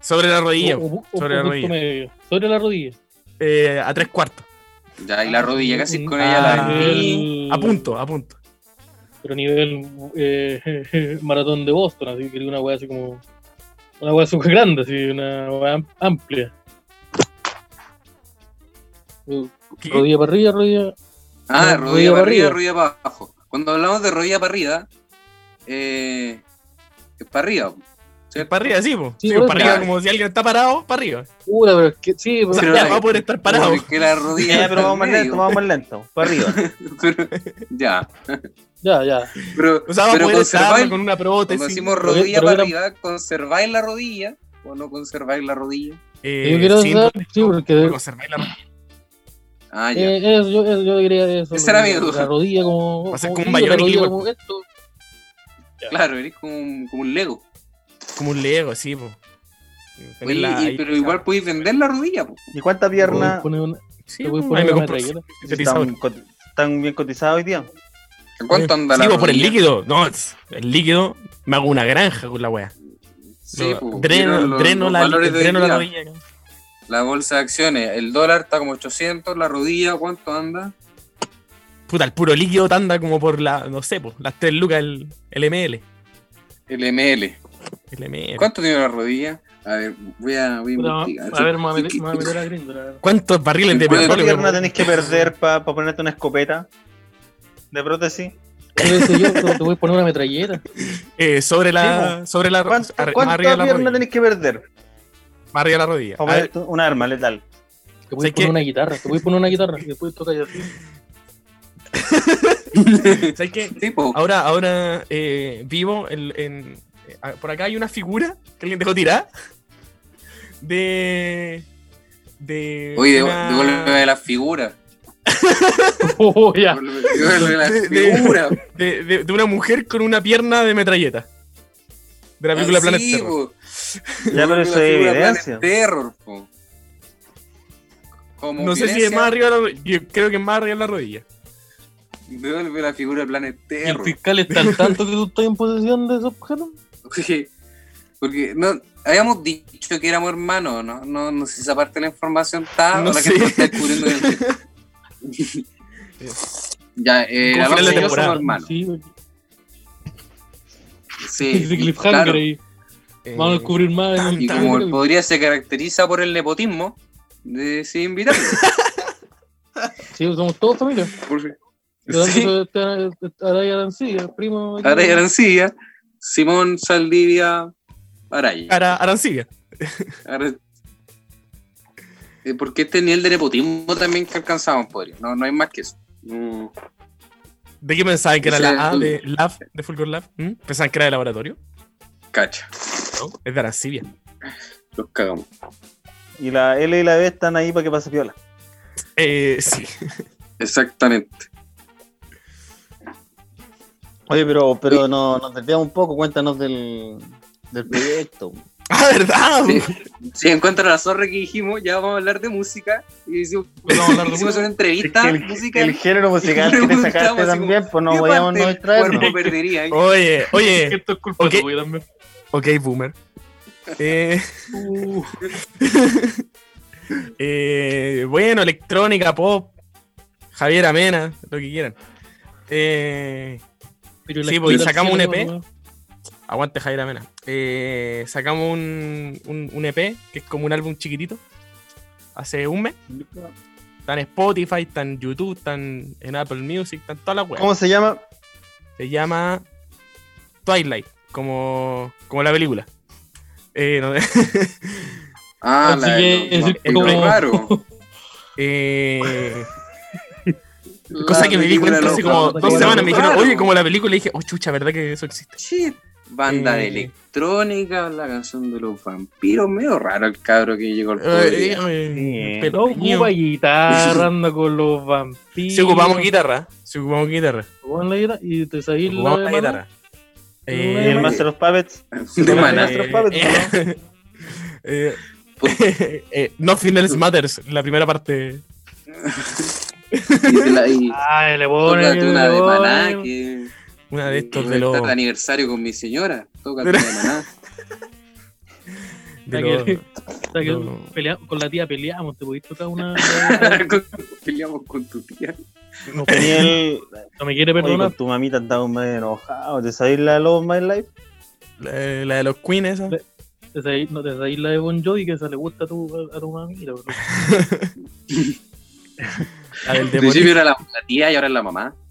D: Sobre la rodilla.
C: Uh,
B: O- o- o
D: sobre la
B: punto
D: rodilla.
B: medio. Sobre la rodilla.
D: eh, a tres cuartos.
C: Ya,
B: Ah,
C: y la rodilla casi con ella
D: Ah,
C: la.
B: Mm. Nivel-
D: A punto, a punto.
B: Pero nivel eh, maratón de Boston, así que una weá así como. Una weá súper grande, así, una weá am- amplia. Eh,
D: ¿Qué?
B: Rodilla para arriba, rodilla.
C: Ah,
B: No, rodilla
C: rodilla
B: para
C: para arriba,
B: arriba.
C: rodilla para abajo. Cuando hablamos de rodilla para arriba, eh, es para arriba.
D: Es para arriba, sí, po.
B: Sí,
D: Sí,
B: por
D: para
C: eso.
D: arriba, como si alguien está parado, para arriba.
B: Puta, pero es que sí,
D: O
B: pero-
D: sea,
C: Pero
D: ya
C: la-
D: va a poder estar parado.
C: Porque la rodilla.
A: Ya,
C: está
A: Eh, pero vamos
C: en
A: más
C: medio.
A: lento, vamos más lento. Para arriba.
C: Pero- ya.
B: ya, ya.
C: Pero,
D: O sea, va a
C: pero
D: poder estar
C: conserváis.
D: con una
C: Cuando
D: prótesis.
C: decimos
B: Pero-
C: rodilla
B: pero
C: para
B: era-
C: arriba, ¿conserváis la rodilla o no conserváis la rodilla?
D: Eh,
B: Yo quiero
D: sin
B: saber,
D: duda,
B: sí, porque
D: no, conserváis la rodilla.
C: Ah, ya.
B: eh, eso, yo, eso, yo diría eso.
C: Esa era mi
B: la-
C: duda.
B: La rodilla como.
D: Va a ser
B: como-
D: como un
B: sí, la
D: Bionic
B: rodilla
D: igual.
B: como esto.
C: Claro, eres como un, como un Lego.
D: Como un Lego, sí, po. Tenerla
C: Oye, y-
D: ahí,
C: pero igual podéis vender la rodilla, po.
A: ¿Y cuánta pierna
B: Poner una-
D: Sí,
B: te
D: po,
B: voy a
D: ahí
B: poner
D: me
B: una
D: compro
B: metralleta.
D: sintetizador.
A: están, co- están bien cotizadas hoy día?
C: ¿En cuánto anda
D: eh, Sí,
C: la
D: po, por el
C: rodilla?
D: líquido. No, es- el líquido me hago una granja con la wea.
C: Sí,
D: No,
C: po.
D: dreno,
C: Vieron los-
D: dreno
C: los
D: la,
C: valores de hoy
D: dreno la
C: día.
D: rodilla.
C: La bolsa de acciones, el dólar está como 800, la rodilla, ¿cuánto anda?
D: Puta, el puro líquido tanda como por la, no sé, po, las tres lucas el, el ML.
C: El ML.
D: El ML.
C: ¿Cuánto tiene la rodilla? A ver, voy a, voy a
B: Pero,
C: investigar.
B: a ver, me voy a meter-
C: Sí,
B: me voy a meter a Grindr.
D: ¿Cuántos barriles de
A: ¿Cuánta
C: ¿Cuántas Bueno,
D: petróleo?
A: pierna
D: po?
A: tenés que perder para ponerte una escopeta de prótesis?
B: yo, te te voy a poner una metralleta.
D: Eh, sobre la. sobre la
A: ¿Cuánto-
D: arri- más
A: ¿Cuánta
D: arriba de la
A: pierna
D: rodilla.
A: tenés que perder
D: Más arriba de la rodilla.
A: para
D: A ver,
A: ponerte un arma letal?
B: Te voy
D: Sé
B: a
D: que-
B: poner una guitarra, te voy a poner una guitarra y después toca yo así.
D: ¿sabes qué?
C: Sí, po.
D: Ahora, ahora eh, vivo en, en- eh, a- por acá hay una figura que alguien dejó tirar de de
C: Oye, de-
D: una-
C: devuélveme la figura.
B: Oh, ya.
C: Devuélveme devuélveme la
D: De- de-
C: figura.
D: de, de- de una mujer con una pierna de metralleta de la película
C: Ah,
D: Planet
C: sí,
D: Terror.
C: po.
A: Ya, pero
C: La
A: eso es
C: figura
A: evidencia.
C: Planet Terror, po. Como
D: No sé si es
C: evidencia,
D: más arriba de la rodilla. Yo creo que es más arriba de la rodilla.
C: Devuelve la figura de Planet
B: ¿Y el
C: Terror.
B: fiscal está al tanto que tú estás en posesión de esos objetos?
C: Porque, porque no, habíamos dicho que éramos hermanos, ¿no? No, no sé si esa parte de la información está
D: No
C: o la
D: sé.
C: gente está descubriendo. en el- ya, eh,
D: Como final
C: Alonso
D: de
C: y yo
D: temporada.
C: somos hermanos.
B: Sí,
C: Sí,
B: ese
C: y
B: cliffhanger
C: claro,
B: ahí.
D: Eh,
B: Vamos a descubrir más.
D: tan,
B: en
C: Y
B: el
D: tan.
C: como el podría se caracteriza por el nepotismo, decidí invitarlo.
B: Sí, somos todos familia.
C: Porque-
B: Yo
C: Sí,
B: tanto te- eh, te- te- Araya Arancilla, primo.
C: Araya Arancilla, Simón Saldivia Araya.
D: Ara- Arancibia.
C: Ara- Eh, Porque este nivel de nepotismo también que alcanzamos, podría. No, no hay más que eso. No.
D: ¿De qué pensaban que era
C: Ese-
D: la A de Lab, de Fulgor Lab? ¿Mm? ¿Pensaban que era de laboratorio?
C: Cacha,
D: No, es de Arancibia.
C: los cagamos.
A: Y la L y la B están ahí para que pase piola.
D: Eh, sí.
C: Exactamente.
A: Oye, pero, pero no, nos desviamos un poco, cuéntanos del, del proyecto.
D: Ah, ¿verdad?
C: Sí. Si encuentran la zorra que dijimos, ya vamos a hablar de música. Y hicimos,
D: Vamos a hablar de
C: hicimos una
A: Es
C: entrevista
A: que el,
C: musical.
A: el género musical que te
C: Preguntamos
A: sacaste
C: así como,
A: también, pues no
C: ¿Qué
A: podíamos
C: parte
A: no
C: del
A: distraernos.
C: cuerpo perdería? eh?
D: Oye, oye.
B: Esto es culpa
D: Ok.
B: tuya también.
D: Ok, boomer. Eh,
B: Uh,
D: eh, bueno, electrónica, pop, Javier Amena, lo que quieran. Eh,
B: pero
D: Sí, pues, y sacamos un EP.
B: ¿no?
D: aguante Javier Amena. Eh, sacamos un, un- un EP, que es como un álbum chiquitito, hace un mes. Está en Spotify, está en YouTube, está en, en Apple Music, está en todas las
A: ¿Cómo
D: webs.
A: se llama?
D: Se llama Twilight, como, como la película. Eh, no,
C: Ah,
B: Así
C: la
B: que
C: de los
B: es
C: vampiros
D: como-
C: raros.
D: eh,
C: La
D: Cosa que me di
C: película
D: cuenta
C: de
D: hace
C: los
D: como dos
C: vampiros
D: semanas. Me dijeron,
C: raros.
D: oye, como la película. Y dije, oh, chucha, ¿verdad que eso existe?
C: Shit. Banda de
D: Eh.
C: electrónica, la canción de los vampiros. Medio raro el cabro que llegó al
D: Eh,
C: poder.
D: eh,
A: Sí.
B: No
D: pero-
B: ocupa guitarra, anda con los vampiros.
D: Si ocupamos guitarra, si ocupamos guitarra,
B: Ocupan la guitarra y te salís la
D: ocupamos la
B: mano.
D: guitarra.
A: ¿Y
D: Eh,
A: el Master of Puppets?
C: De
D: eh,
C: mana.
A: Master of Puppets,
D: eh, eh, eh, No Finals Matters, la primera parte.
C: Y de la- y
B: Ay, le pone.
C: Tócate
B: le
C: una de
B: pone.
C: maná que.
D: Una de estos
C: Voy a
D: de los.
C: estar de aniversario con mi señora. Tócate una de maná.
D: De
B: Está que-
D: lo-
B: Está que
D: No.
B: pelea- con la tía peleamos, te podéis tocar una.
C: Peleamos con tu tía.
B: No,
A: Daniel,
B: no me quiere
A: oye,
B: perdonar.
A: con tu mamita andaba un medio enojado. ¿Te sabes la de Love of My Life?
D: eh, la, la de los Queen esa.
B: Le- Te sabéis- no te sabéis la de Bon Jovi que esa le gusta a tu, a tu mamita. bro.
D: La del
C: Al principio
D: demonio.
C: era la, la tía y ahora es la mamá.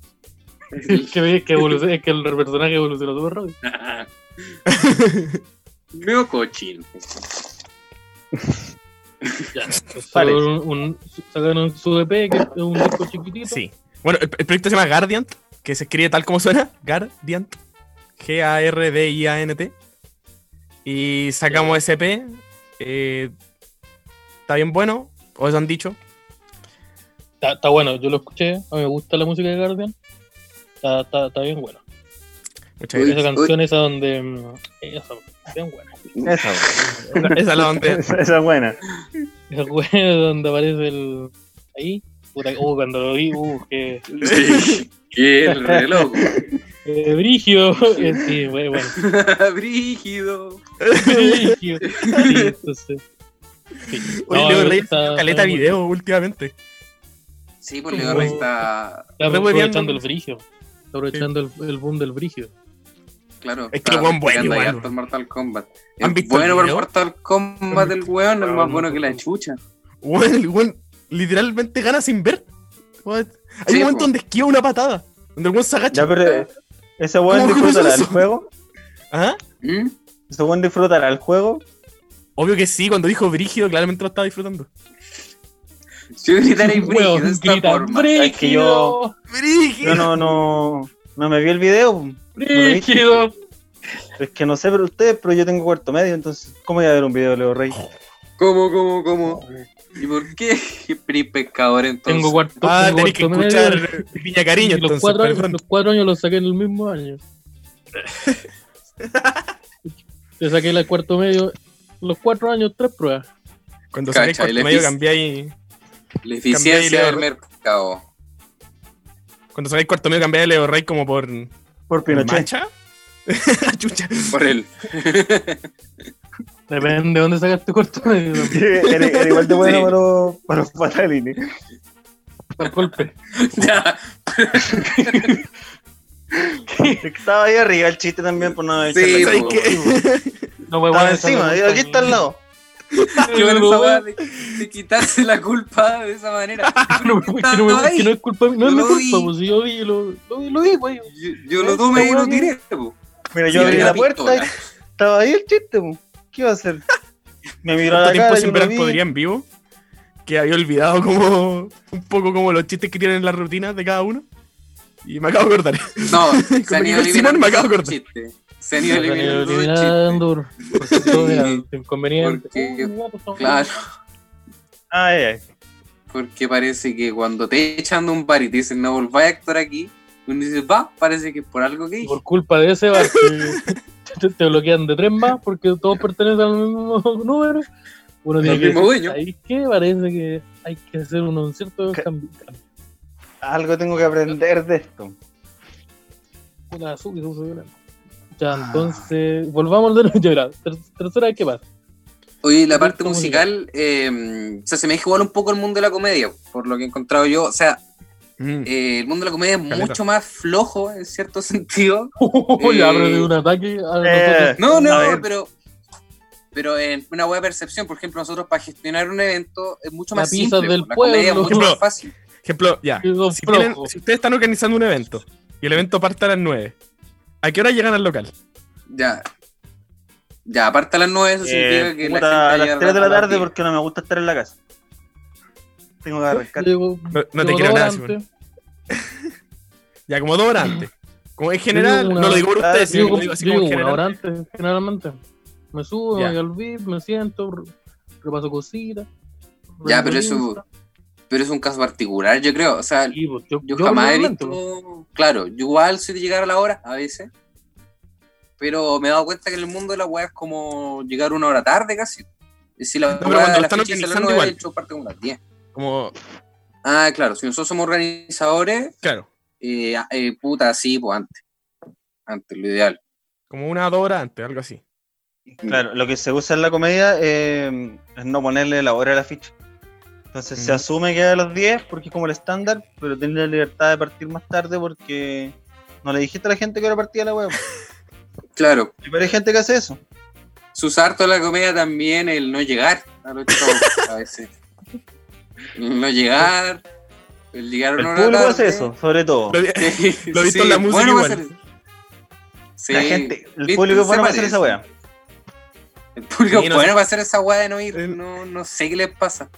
B: Es que, es que, evoluciona- es que el personaje evolucionó súper rápido.
C: Veo cochino.
B: Ya, pues,
A: Vale.
B: sacaron, un, sacaron su EP, que es un disco chiquitito.
D: Sí. Bueno, el, el proyecto se llama Guardian, que se escribe tal como suena, Guardian. G-A-R-D-I-A-N-T. Y sacamos SP. eh, está bien bueno, o eso han dicho.
B: Está, está bueno, yo lo escuché, a mí me gusta la música de Guardian. Está, está, está bien bueno.
D: Muchas
C: Uy.
B: Esa canción esa donde... mm, Esa, bien buena.
A: Esa,
D: gracias. Esa es la donde.
A: esa, esa es buena.
B: Esa buena donde aparece el... Ahí. Puta, uh, cuando lo vi, uh, que...
C: Sí, que el reloj.
B: Eh, brigio. Eh, sí, bueno. bueno.
C: Brígido.
B: Brigio. Sí, entonces... sí.
D: Oye,
B: No,
D: Leo Rey
B: está-
D: sacó caleta
B: está
D: de
B: bien.
D: video últimamente.
C: Sí, pues Leo Rey está.
B: Está
D: Está
B: aprovechando
D: hueveando.
B: el brigio. Está aprovechando el, el boom del brigio.
C: Claro.
D: que
C: está
D: el weón bueno
C: practicando
D: igual,
C: harto
D: weón.
C: el Mortal Kombat.
D: ¿Han
C: Es
D: visto el
C: bueno para el
D: video?
C: Mortal Kombat del weón, es más bueno que la chucha.
D: Weón, el weón literalmente gana sin ver. What? Hay
C: Sí, po.
D: un momento donde esquiva una patada. Donde el weón se agacha.
A: Ya, pero. ¿Ese weón
D: ¿Cómo que
A: disfrutará
D: hizo
A: el
D: eso?
A: juego?
D: Ajá.
C: ¿Mm?
A: ¿Ese weón disfrutará el juego?
D: Obvio que sí, cuando dijo brígido, claramente lo estaba disfrutando.
C: Si gritaréis brígido
B: Weón,
C: de esta
B: grita,
C: forma.
A: Es que yo-
D: ¡Brígido!
A: Yo no, no. No me vi el video.
B: ¡Brígido!
A: Es que no sé pero ustedes, pero yo tengo cuarto medio, entonces, ¿cómo voy a ver un video de Leo Rey?
C: Oh, ¿Cómo, cómo, cómo? ¿Y por qué? Pri pescador entonces.
B: Tengo cuarto,
D: Ah,
B: tengo
D: tenés que
B: cuarto
D: escuchar
B: medio.
D: eh, Piña Cariño,
B: Y los,
D: entonces.
B: cuatro años,
D: perdón.
B: los cuatro años los saqué en el mismo año. Yo saqué el cuarto medio. Los cuatro años, tres pruebas.
D: Cuando
C: Cacha,
D: salís
C: y
D: cuarto
C: le
D: medio
C: pis-
D: cambiáis.
C: La
D: Cambiáis Leo
C: eficiencia del
D: Rey.
C: mercado.
D: Cuando salís cuarto medio cambiáis a Leo Rey como por.
A: Por
D: por
A: Pinochet.
D: mancha. Chucha.
C: Por él.
B: Depende de dónde sacaste cuarto medio.
A: Era, era igual de bueno
C: Sí.
A: para los- para los Fatalini.
B: Por golpe.
C: ya.
A: Estaba ahí arriba el chiste también por no
C: Sí,
A: echarle-
D: ¿Sabéis
C: po.
D: qué?
B: No me
A: Estaba encima, y aquí está al lado.
C: Qué buena esa weá de, de quitarse la culpa de esa manera.
B: No, es que no, me- que no es culpa mía. No es mi
C: Yo lo
B: culpa,
C: vi.
B: pues si yo vi, lo, lo vi, lo vi, güey.
C: Yo, yo lo tomé y lo tiré. po.
A: Mira,
C: Sí,
A: yo abrí
C: la
A: la puerta y
C: pistola.
A: estaba ahí el chiste. po. ¿Qué iba a hacer? Me miró a
D: ¿Cuánto
A: la
D: tiempo
A: cara.
D: sin
A: yo
D: ver
A: lo
D: al
A: vi.
D: Podría en vivo? Que había olvidado como. Un poco como los chistes que tienen en las rutinas de cada uno. Y me acabo de acordar.
C: No, se
D: Cuando
C: han ido
D: llegó el Simón,
C: eliminando
D: me acabo de
C: los
D: acordar.
C: chistes. Se han ido eliminando los chistes.
B: Eliminando, porque todo era inconveniente.
C: Porque-
B: Uy, no, pues, no.
C: Claro,
A: Ay, ay.
C: porque parece que cuando te echan de un bar y te dicen no volváis a actuar aquí, uno dice, va, parece que es por algo que
B: Y
C: dije.
B: por culpa de ese bar, te- te, te bloquean de tres más porque todos pertenecen al mismo número. Uno tiene
C: Al
B: que
C: mismo dueño.
B: Ahí que parece que hay que hacer un cierto
A: Ca-
B: cambio.
A: Algo tengo que aprender de esto.
B: Una azul que se puso violenta. Ya, entonces, volvamos de nuevo. Ya, mira, ter- tercera vez que pasa.
C: Oye, la parte
B: Gusto
C: musical, eh, o sea, se me deja igual un poco el mundo de la comedia, por lo que he encontrado yo. O sea,
D: Mm.
C: eh, el mundo de la comedia es
D: Caleta.
C: mucho más flojo en cierto sentido.
B: ya, pero de un ataque a
A: Eh.
B: nosotros.
C: No,
A: A
C: no,
A: ver.
C: pero pero en una buena percepción, por ejemplo, nosotros para gestionar un evento es mucho
B: La
C: más
B: pizza
C: simple, pues,
B: del
C: la comedia es
B: pueblo.
C: mucho más fácil.
D: Ejemplo, ya.
B: que son
D: Si, tienen-
C: oh.
B: flojos.
D: si ustedes están organizando un evento y el evento parte a las 9, ¿a qué hora llegan al local?
C: Ya. Ya, aparte a las 9 eso significa
A: Eh,
C: que
A: puta,
C: la
A: a
C: gente
A: las 3 de la tarde porque no me gusta estar en la casa. Tengo que arrancar.
B: Llego-
D: No, no te
B: llego
D: quiero
B: dos
D: nada,
B: antes.
D: Simón. Ya, como dos horas antes. Como en general,
B: Yo una-
D: no lo digo por
A: Ah,
D: ustedes,
A: Sí,
D: sino que
B: Llego,
D: lo digo así
B: llego
D: como en
B: una hora
D: general.
B: antes, generalmente. Me subo, me
D: Ya.
B: voy al VIP, me siento, re- repaso cositas. reviso
C: Ya, pero eso- Pero es un caso particular, yo creo. O sea,
B: Insta. Y, pues, yo,
C: yo,
B: yo
C: jamás he
B: regularmente, pues,
C: visto. Claro, yo igual soy de llegar a la hora a veces. Pero me he dado cuenta que en el mundo de la web es como llegar una hora tarde casi. Es decir, la,
D: pero
C: weá,
D: cuando lo
C: la
D: están
C: fecha es a las
D: organizando
C: nueve,
D: igual.
C: el show parte como a las 10.
D: Como,
C: Ah, claro, si nosotros somos organizadores,
D: claro,
C: eh, ah, eh, puta, sí, pues antes. Antes, lo ideal.
D: como una o dos horas antes, algo así.
A: Claro, lo que se usa en la comedia eh, es no ponerle la hora a la ficha. Entonces se
D: Mm.
A: asume que es a las 10 porque es como el estándar, pero tiene la libertad de partir más tarde porque no le dijiste a la gente que ahora partía la web.
C: Claro,
A: Pero hay gente que hace eso.
C: su sarto de la comedia también el no llegar a los shows a veces. El no llegar, el llegar
A: El
C: una hora
A: público
C: tarde.
A: hace eso, sobre
C: Oh.
A: todo.
D: Lo vi-
C: Sí,
D: Lo he visto
C: sí,
D: en la
C: es
D: música
C: bueno
D: igual.
C: hacer eso. Sí,
A: la gente, el
C: ¿viste?
A: público es
C: Se
A: bueno para hacer
C: parece.
A: esa wea.
C: El público
D: Sí,
C: es
D: no
C: bueno
D: sé.
C: para hacer esa weá de no ir.
D: Eh.
C: No, no sé qué les pasa.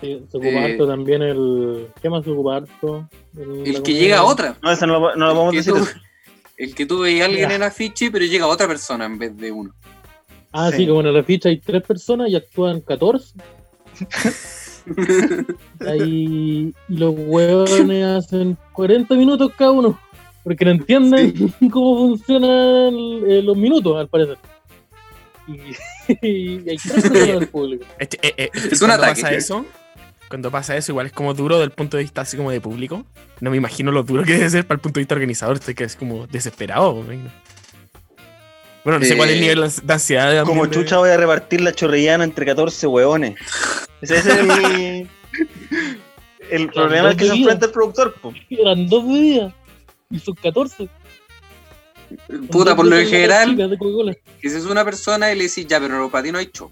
B: Sí, se ocupa
C: Eh,
B: harto también el. ¿Qué más se ocupa harto? El,
C: El que llega a otra.
A: No, eso no lo, no lo podemos
C: el, que
A: decir.
C: tú,
A: eso.
C: el que tú veías a alguien
B: Ya.
C: en afiche, pero llega otra persona en vez de uno.
B: Ah, sí,
A: Sí.
B: como en la ficha hay tres personas y actúan 14. Ahí, y los huevones hacen 40 minutos cada uno. Porque no entienden cómo funcionan eh, los minutos, al parecer. Y, y hay tres personas del público.
D: Es, que, eh, eh, es que
C: Es un
D: cuando
C: ataque.
D: pasa eso, cuando pasa eso, igual es como duro del punto de vista así como de público. No me imagino lo duro que debe ser para el punto de vista organizador, estoy que es como desesperado. me imagino. Bueno, no sé
C: Eh,
D: cuál es el nivel de ans- de ansiedad. también
A: Como
D: de-
A: chucha voy a repartir la chorrellana entre 14 hueones. Ese, ese es mi... El problema al que se enfrenta el productor. po.
B: Eran dos bebidas. Y son 14.
C: Puta, por lo
B: en
C: en general,
B: Chicas de Coca-Cola.
C: que si es una persona y le decís, ya, pero para ti no hay show.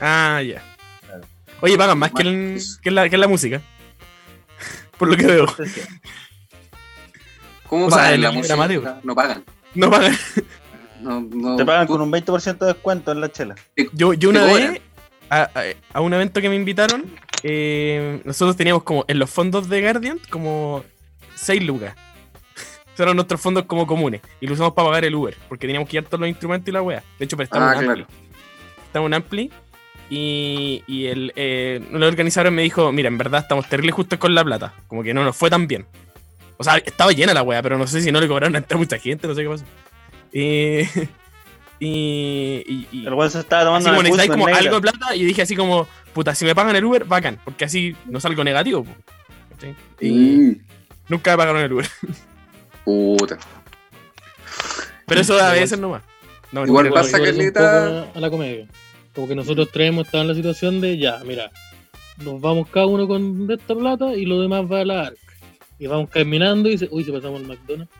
D: Ah, ya. Oye, pagan más que en, que en la, que en la música. Por lo que veo.
C: ¿Cómo
D: O sea,
C: pagan
D: el
C: en la
D: nivel
C: música?
D: dramático.
C: No pagan.
D: No pagan.
C: No, no,
A: Te pagan
C: tú-
A: con un 20% de descuento en la chela.
D: Yo, yo una
C: Te
D: vez,
C: cobran.
D: a, a- a un evento que me invitaron, eh, nosotros teníamos como en los fondos de Guardian como 6 lucas. Esos eran nuestros fondos como comunes. Y lo usamos para pagar el Uber, porque teníamos que ir todos los instrumentos y la wea. De hecho, prestamos
C: Ah,
D: un
C: claro.
D: ampli. Prestamos un ampli. Y, y el, eh, uno de los organizadores me dijo, mira, en verdad estamos terrible justos con la plata. Como que no nos fue tan bien. O sea, estaba llena la wea, pero no sé si no le cobraron a entrar mucha gente, no sé qué pasó. Eh, y, y- y-
A: El weón se estaba
D: Así
A: tomando
D: como
A: el
D: necesitáis como
A: negra.
D: algo de plata y dije así como, puta, si me pagan el Uber, bacán, porque así no salgo negativo. po. ¿Cachai? Y
C: Mm,
D: nunca me pagaron el Uber.
C: Puta.
D: Pero eso a veces nomás. No,
C: Igual
D: mentira,
C: pasa
D: no,
C: que-
D: igual-
B: un
C: Carlita. Mm.
B: poco a la comedia. Como que nosotros tres hemos estado en la situación de ya, mira, nos vamos cada uno con esta plata y lo demás va a la arca. Y vamos caminando y se, uy, se pasamos al McDonald's.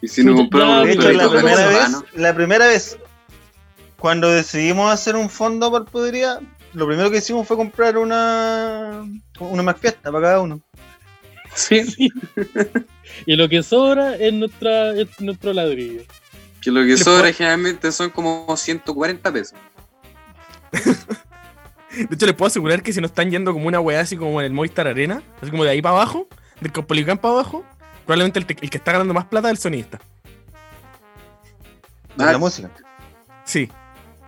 C: Y si no
B: Ya,
C: compramos
A: De
C: un
A: hecho,
B: Pero
A: la
C: producto
B: ¿cómo
A: primera,
B: se
A: vez,
C: venezolano.
A: la primera vez, cuando decidimos hacer un fondo para podría, lo primero que hicimos fue comprar una, una McFiesta para cada uno.
C: Sí,
B: Y lo que sobra es, nuestra, es nuestro ladrillo.
C: que lo que sobra generalmente son como 140 pesos.
D: De hecho, les puedo asegurar que si no están yendo como una weá así como en el Movistar Arena, así como de ahí para abajo, del Copolicán para abajo, probablemente el, te- el que está ganando más plata es el sonista.
A: En
C: Ah.
A: la música.
D: Sí.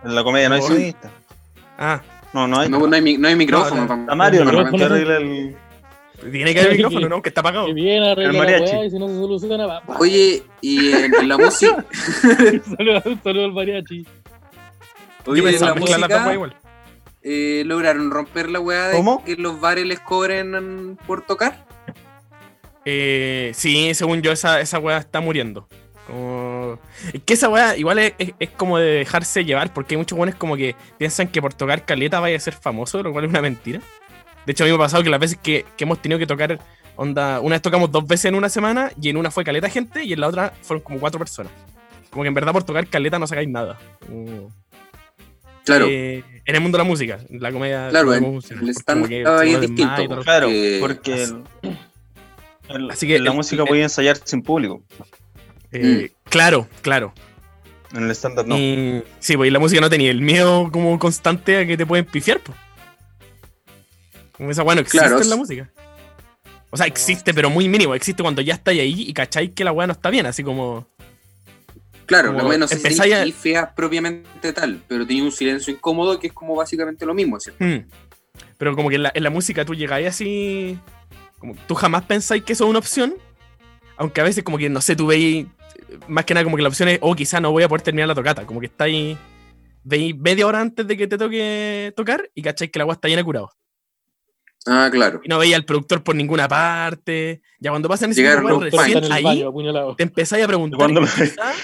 A: En la comedia no hay
D: Oh.
A: sonidista.
D: Ah,
A: No, no hay.
C: No, no, hay, mi- no hay micrófono.
D: No,
C: tampoco.
A: A Mario no,
B: Pero-
A: que arregla el.
D: tiene que haber micrófono, ¿no? Que está apagado.
B: Que bien arregla la
A: mariachi.
B: weá y si no se soluciona, va. va.
C: Oye, y en, en la música.
B: Saludos saludo al mariachi.
D: Yo
C: Oye, en
D: pensaba
C: la
D: mezclar las dos weas
C: música
D: igual.
C: eh, lograron romper la weá de
A: ¿Cómo?
C: que los bares les cobren por tocar.
D: Eh, sí, según yo, esa, esa weá está muriendo. Como... Es que esa weá igual es, es- es como de dejarse llevar, porque hay muchos buenos como que piensan que por tocar caleta vaya a ser famoso, lo cual es una mentira. De hecho, a mí me ha pasado que las veces que, que hemos tenido que tocar, onda, una vez tocamos dos veces en una semana, y en una fue caleta gente, y en la otra fueron como cuatro personas. Como que en verdad por tocar caleta no sacáis nada. Como,
C: Claro.
D: eh, en el mundo de la música, en la comedia.
C: Claro,
D: no
C: el-
D: funciona,
C: el
D: porque
C: stand
D: como que
C: estaba ahí
D: se vuelven
C: distinto,
D: más y todo.
C: pues.
A: Claro,
C: Eh,
A: porque.
D: así-
A: el-
D: así que
A: en la
D: el-
A: música
D: el-
A: podía ensayar sin público.
C: Mm.
D: Eh, Claro, claro.
A: En el stand-up no.
D: Y- sí, pues y la música no tenía el miedo como constante a que te pueden pifiar, pues. Como esa bueno existe
C: Claro,
D: en la
C: sí.
D: música. O sea, existe, pero muy mínimo. Existe cuando ya estáis ahí y cacháis que la weá no está bien, así como.
C: Claro,
D: Como
C: la weá no sé si
D: empezáis a-
C: tenía feas propiamente tal, pero tenía un silencio incómodo que es como básicamente lo mismo, ¿cierto?
D: hmm. Pero como que en la, en la música tú llegáis así. Como tú jamás pensáis que eso es una opción. Aunque a veces, como que no sé, tú veis. eh, Más que nada, como que la opción es, oh, quizá no voy a poder terminar la tocata. Como que estáis. Veis media hora antes de que te toque tocar y cacháis que la weá está llena de curados.
C: Ah, claro.
D: Y no veía al productor por ninguna parte. Ya cuando pasan ese
C: Llegaron
D: tipo de
C: los
D: weas,
B: Está
D: recién
B: en el
D: ahí
B: baño, apuñalado.
D: te empezáis a preguntar.
A: Cuando me-
D: Quizás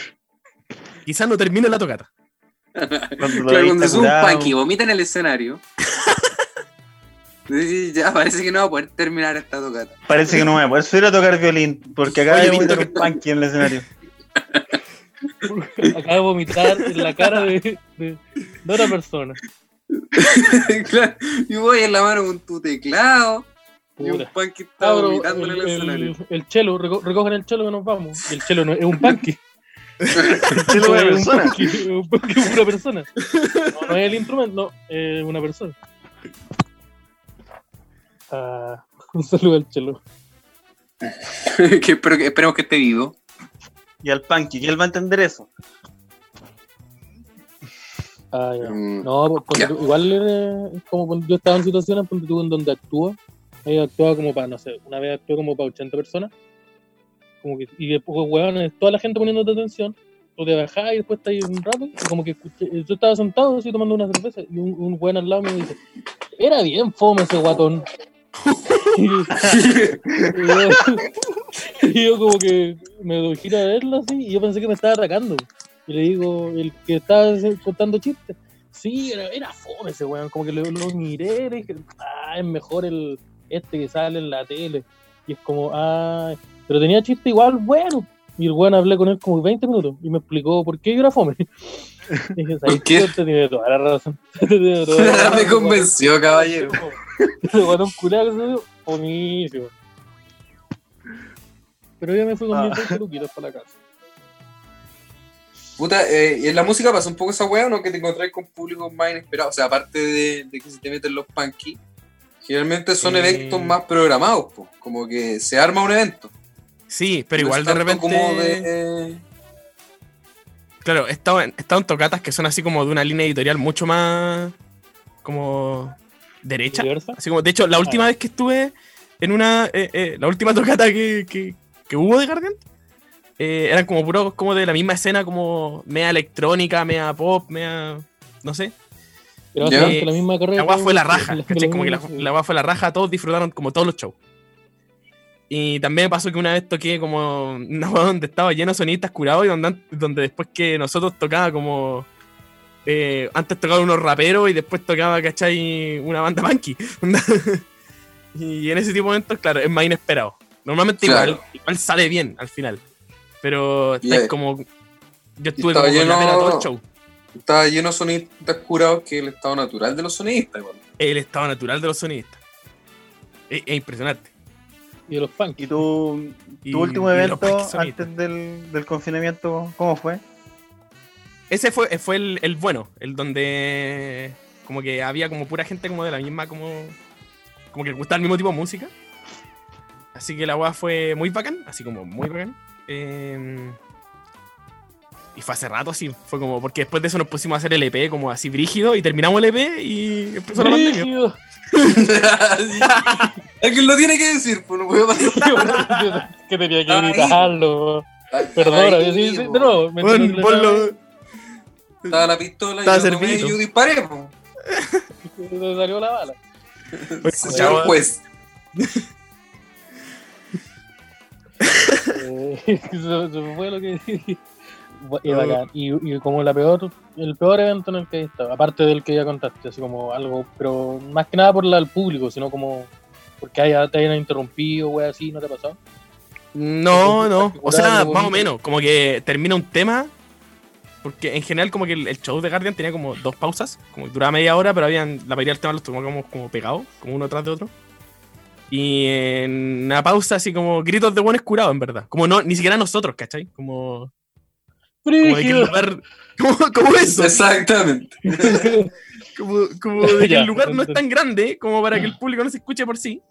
D: quizá no termine la tocata.
A: Cuando lo
C: Claro, cuando
A: viste
C: es un
A: curado,
C: pack y vomita en el escenario. Y ya parece que no va a poder terminar esta tocata.
A: Parece que no me voy a poder subir a tocar violín, porque acá
D: Oye,
A: yo voy a
D: visto
A: dar un punky en el escenario.
B: Acaba de vomitar en la cara de, de- de otra persona.
C: claro, y voy en la mano con tu teclado. Y un
B: Puta.
C: punk que está
B: Cabro,
C: vomitando en
B: el,
C: el escenario.
B: el- el chelo, reco- recojan el chelo que nos vamos. Y el chelo no, es un panqui.
A: Sí, lo voy a
B: Es un
A: persona.
B: panqui, es un panqui, es una persona. No, no es el instrumento, no, es una persona. Ah, un saludo al chelo.
C: que espero que, esperemos que esté vivo.
A: Y al punky, que él va a entender eso.
B: Ah, ya.
C: Mm,
B: No, pues, ponte
C: Ya.
B: tú, igual eh, como cuando yo estaba en situaciones ponte tú, en donde actúa, he actuado como para, no sé, una vez actué como para 80 personas, como que, y después, huevones, toda la gente poniéndote atención, tú te bajás y después estás ahí un rato, y como que escuché- eh, yo estaba sentado así tomando una cerveza, y un, un weón al lado me dice, era bien fome ese guatón. y, yo, y yo como que me doy giro a verlo así, y yo pensé que me estaba atacando. Y le digo, el que estaba contando chistes. Sí, era, era fome ese weón. Como que lo, lo miré y dije, ah, es mejor el este que sale en la tele. Y es como, ah, pero tenía chiste igual, bueno. Y el weón hablé con él como 20 minutos y me explicó por qué yo era fome. Y dije, ¿sabes
C: ¿Por qué?
B: qué? Te tiene toda la razón. Te tiene toda la razón,
C: Me convenció, caballero.
B: weón. Ese weón un culado que se dio, fomísimo. Pero yo me fui con
A: Ah.
B: mis 20 luquitas para la casa.
C: Puta, eh, ¿y en la música pasa un poco esa weá, ¿no? Que te encontrás con público más inesperado. O sea, aparte de, de que se te meten los punky, generalmente son
B: Sí.
C: eventos más programados, po. como que se arma un evento.
D: Sí, pero
C: No
D: igual
C: es
D: de
C: tanto
D: repente.
C: Como de,
D: Claro, he estado, en, he estado en tocatas que son así como de una línea editorial mucho más. como. derecha.
B: ¿Diversa?
D: Así como, de hecho, la última vez que estuve en una. eh, eh, la última tocata que, que- que hubo de Garden eh, eran como puros como de la misma escena, como media electrónica, media pop, media. no sé.
B: Pero
C: Ya.
B: básicamente la misma carrera.
D: La guá fue la raja,
B: la-
D: ¿cachai? Como que la,
B: misma-
D: la guá fue la raja, todos disfrutaron como todos los shows. Y también me pasó que una vez toqué como una guá donde estaba lleno de sonistas curados y donde, an- donde después que nosotros tocaba como. eh, antes tocaba unos raperos y después tocaba, ¿cachai? Una banda punky. y en ese tipo de momentos, claro, es más inesperado. Normalmente
C: Claro.
D: igual, igual sale bien al final. Pero
C: Y
D: estáis
C: ahí-
D: como. Yo estuve
C: estaba
D: como con la
C: lleno-
D: pena todo el show.
C: Está lleno de sonidistas curados que es el estado natural de los sonidistas. igual.
D: El estado natural de los sonidistas. Es- es impresionante.
B: Y de los punks.
A: ¿Y tu,
D: Y-
A: tu último
D: y los
A: evento
D: pesquisonitas.
A: antes del, del confinamiento, cómo fue?
D: Ese fue, fue el, el bueno, el donde como que había como pura gente como de la misma, como, como que le gusta el mismo tipo de música. Así que la weá fue muy bacán, así como muy bacán. Eh, y fue hace rato así, fue como, porque después de eso nos pusimos a hacer el EP como así brígido y terminamos el EP y empezó la pandemia.
B: Brígido.
C: Sí. Alguien lo tiene que decir, pues no puede pasar.
B: que tenía que
C: Ahí.
B: gritarlo. po. Perdón,
C: Ahí,
B: sí, sí, de
C: po.
B: nuevo. me
D: Bueno,
B: entiendo que
D: ponlo-
B: le
C: Estaba la pistola
D: Estaba
C: y yo, tomé
D: servido.
C: y yo disparé, po.
B: salió- eh, le salió la bala.
D: Pues,
C: Señor juez.
B: Eh, eso, eso fue lo que dije. Y, bacán. Y- y como la peor, el peor evento en el que he estado, aparte del que ya contaste, así como algo, pero más que nada por la- al público, sino como porque haya, te hayan interrumpido, wey, así, ¿no te ha pasado?
D: No, no. O sea,
B: Algo
D: más o
B: bonito.
D: menos. Como que termina un tema. Porque en general, como que el, el show de Guardian tenía como dos pausas. Como que duraba media hora, pero habían la mayoría del tema los tomábamos como pegados, como uno tras de otro. Y en una pausa, así como gritos de buenos curados, en verdad. Como no, ni siquiera nosotros, ¿cachai? Como, como de que el
B: ¡Brígido!
D: lugar. Como, como eso.
C: Exactamente.
D: Como, como de que
B: Ya,
D: el lugar no es
B: entiendo.
D: tan grande como para que el público no se escuche por sí.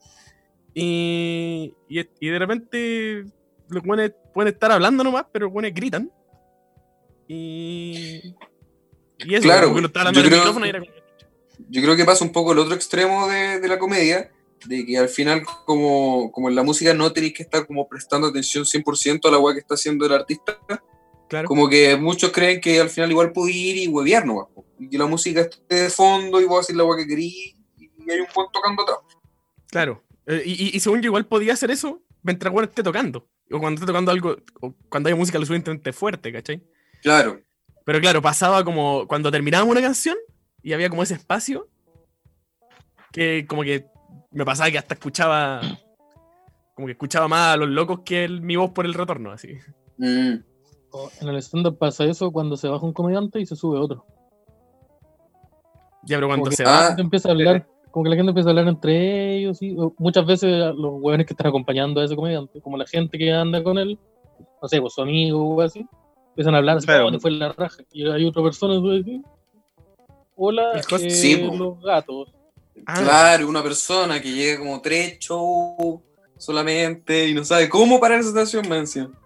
D: Y, y, y de repente los buenos pueden estar hablando nomás, pero los buenos gritan. Y, y eso,
C: Claro,
D: como que lo estaban
C: yo
D: hablando en el
C: creo-
D: micrófono y era como-
C: Yo creo que pasa un poco el otro extremo de, de la comedia, de que al final, como, como en la música, no tenéis que estar como prestando atención 100% a la weá que está haciendo el artista.
D: claro.
C: Como que muchos creen que al final igual puedo ir y huevear nomás, po. y que la música esté de fondo y voy a hacer la weá que querí y hay un buen tocando atrás.
D: Claro. Eh, y, y- y según yo, igual podía hacer eso mientras bueno, esté tocando. O cuando esté tocando algo, o cuando haya música lo suficientemente fuerte, ¿cachai?
C: Claro.
D: Pero claro, pasaba como cuando terminábamos una canción y había como ese espacio que como que me pasaba que hasta escuchaba como que escuchaba más a los locos que el- mi voz por el retorno, así.
C: Mm.
B: O En el stand-up pasa eso cuando se baja un comediante y se sube otro.
D: Ya, pero cuando
B: Como
D: se
B: que-
D: va,
B: La
C: Ah.
B: gente empieza a hablar, como que la gente empieza a hablar entre ellos. y o Muchas veces los hueones que están acompañando a ese comediante, como la gente que anda con él, no sé, pues su amigo o algo así, empiezan a hablar así,
A: Claro.
B: "Oh, te fue la raja. Y hay otra persona, tú decís, hola,
D: El host- pues".
B: eh,
C: Sí, po.
B: los gatos.
D: ah,
C: Claro, una persona que llega como tres shows solamente y no sabe cómo parar esa situación, me decían.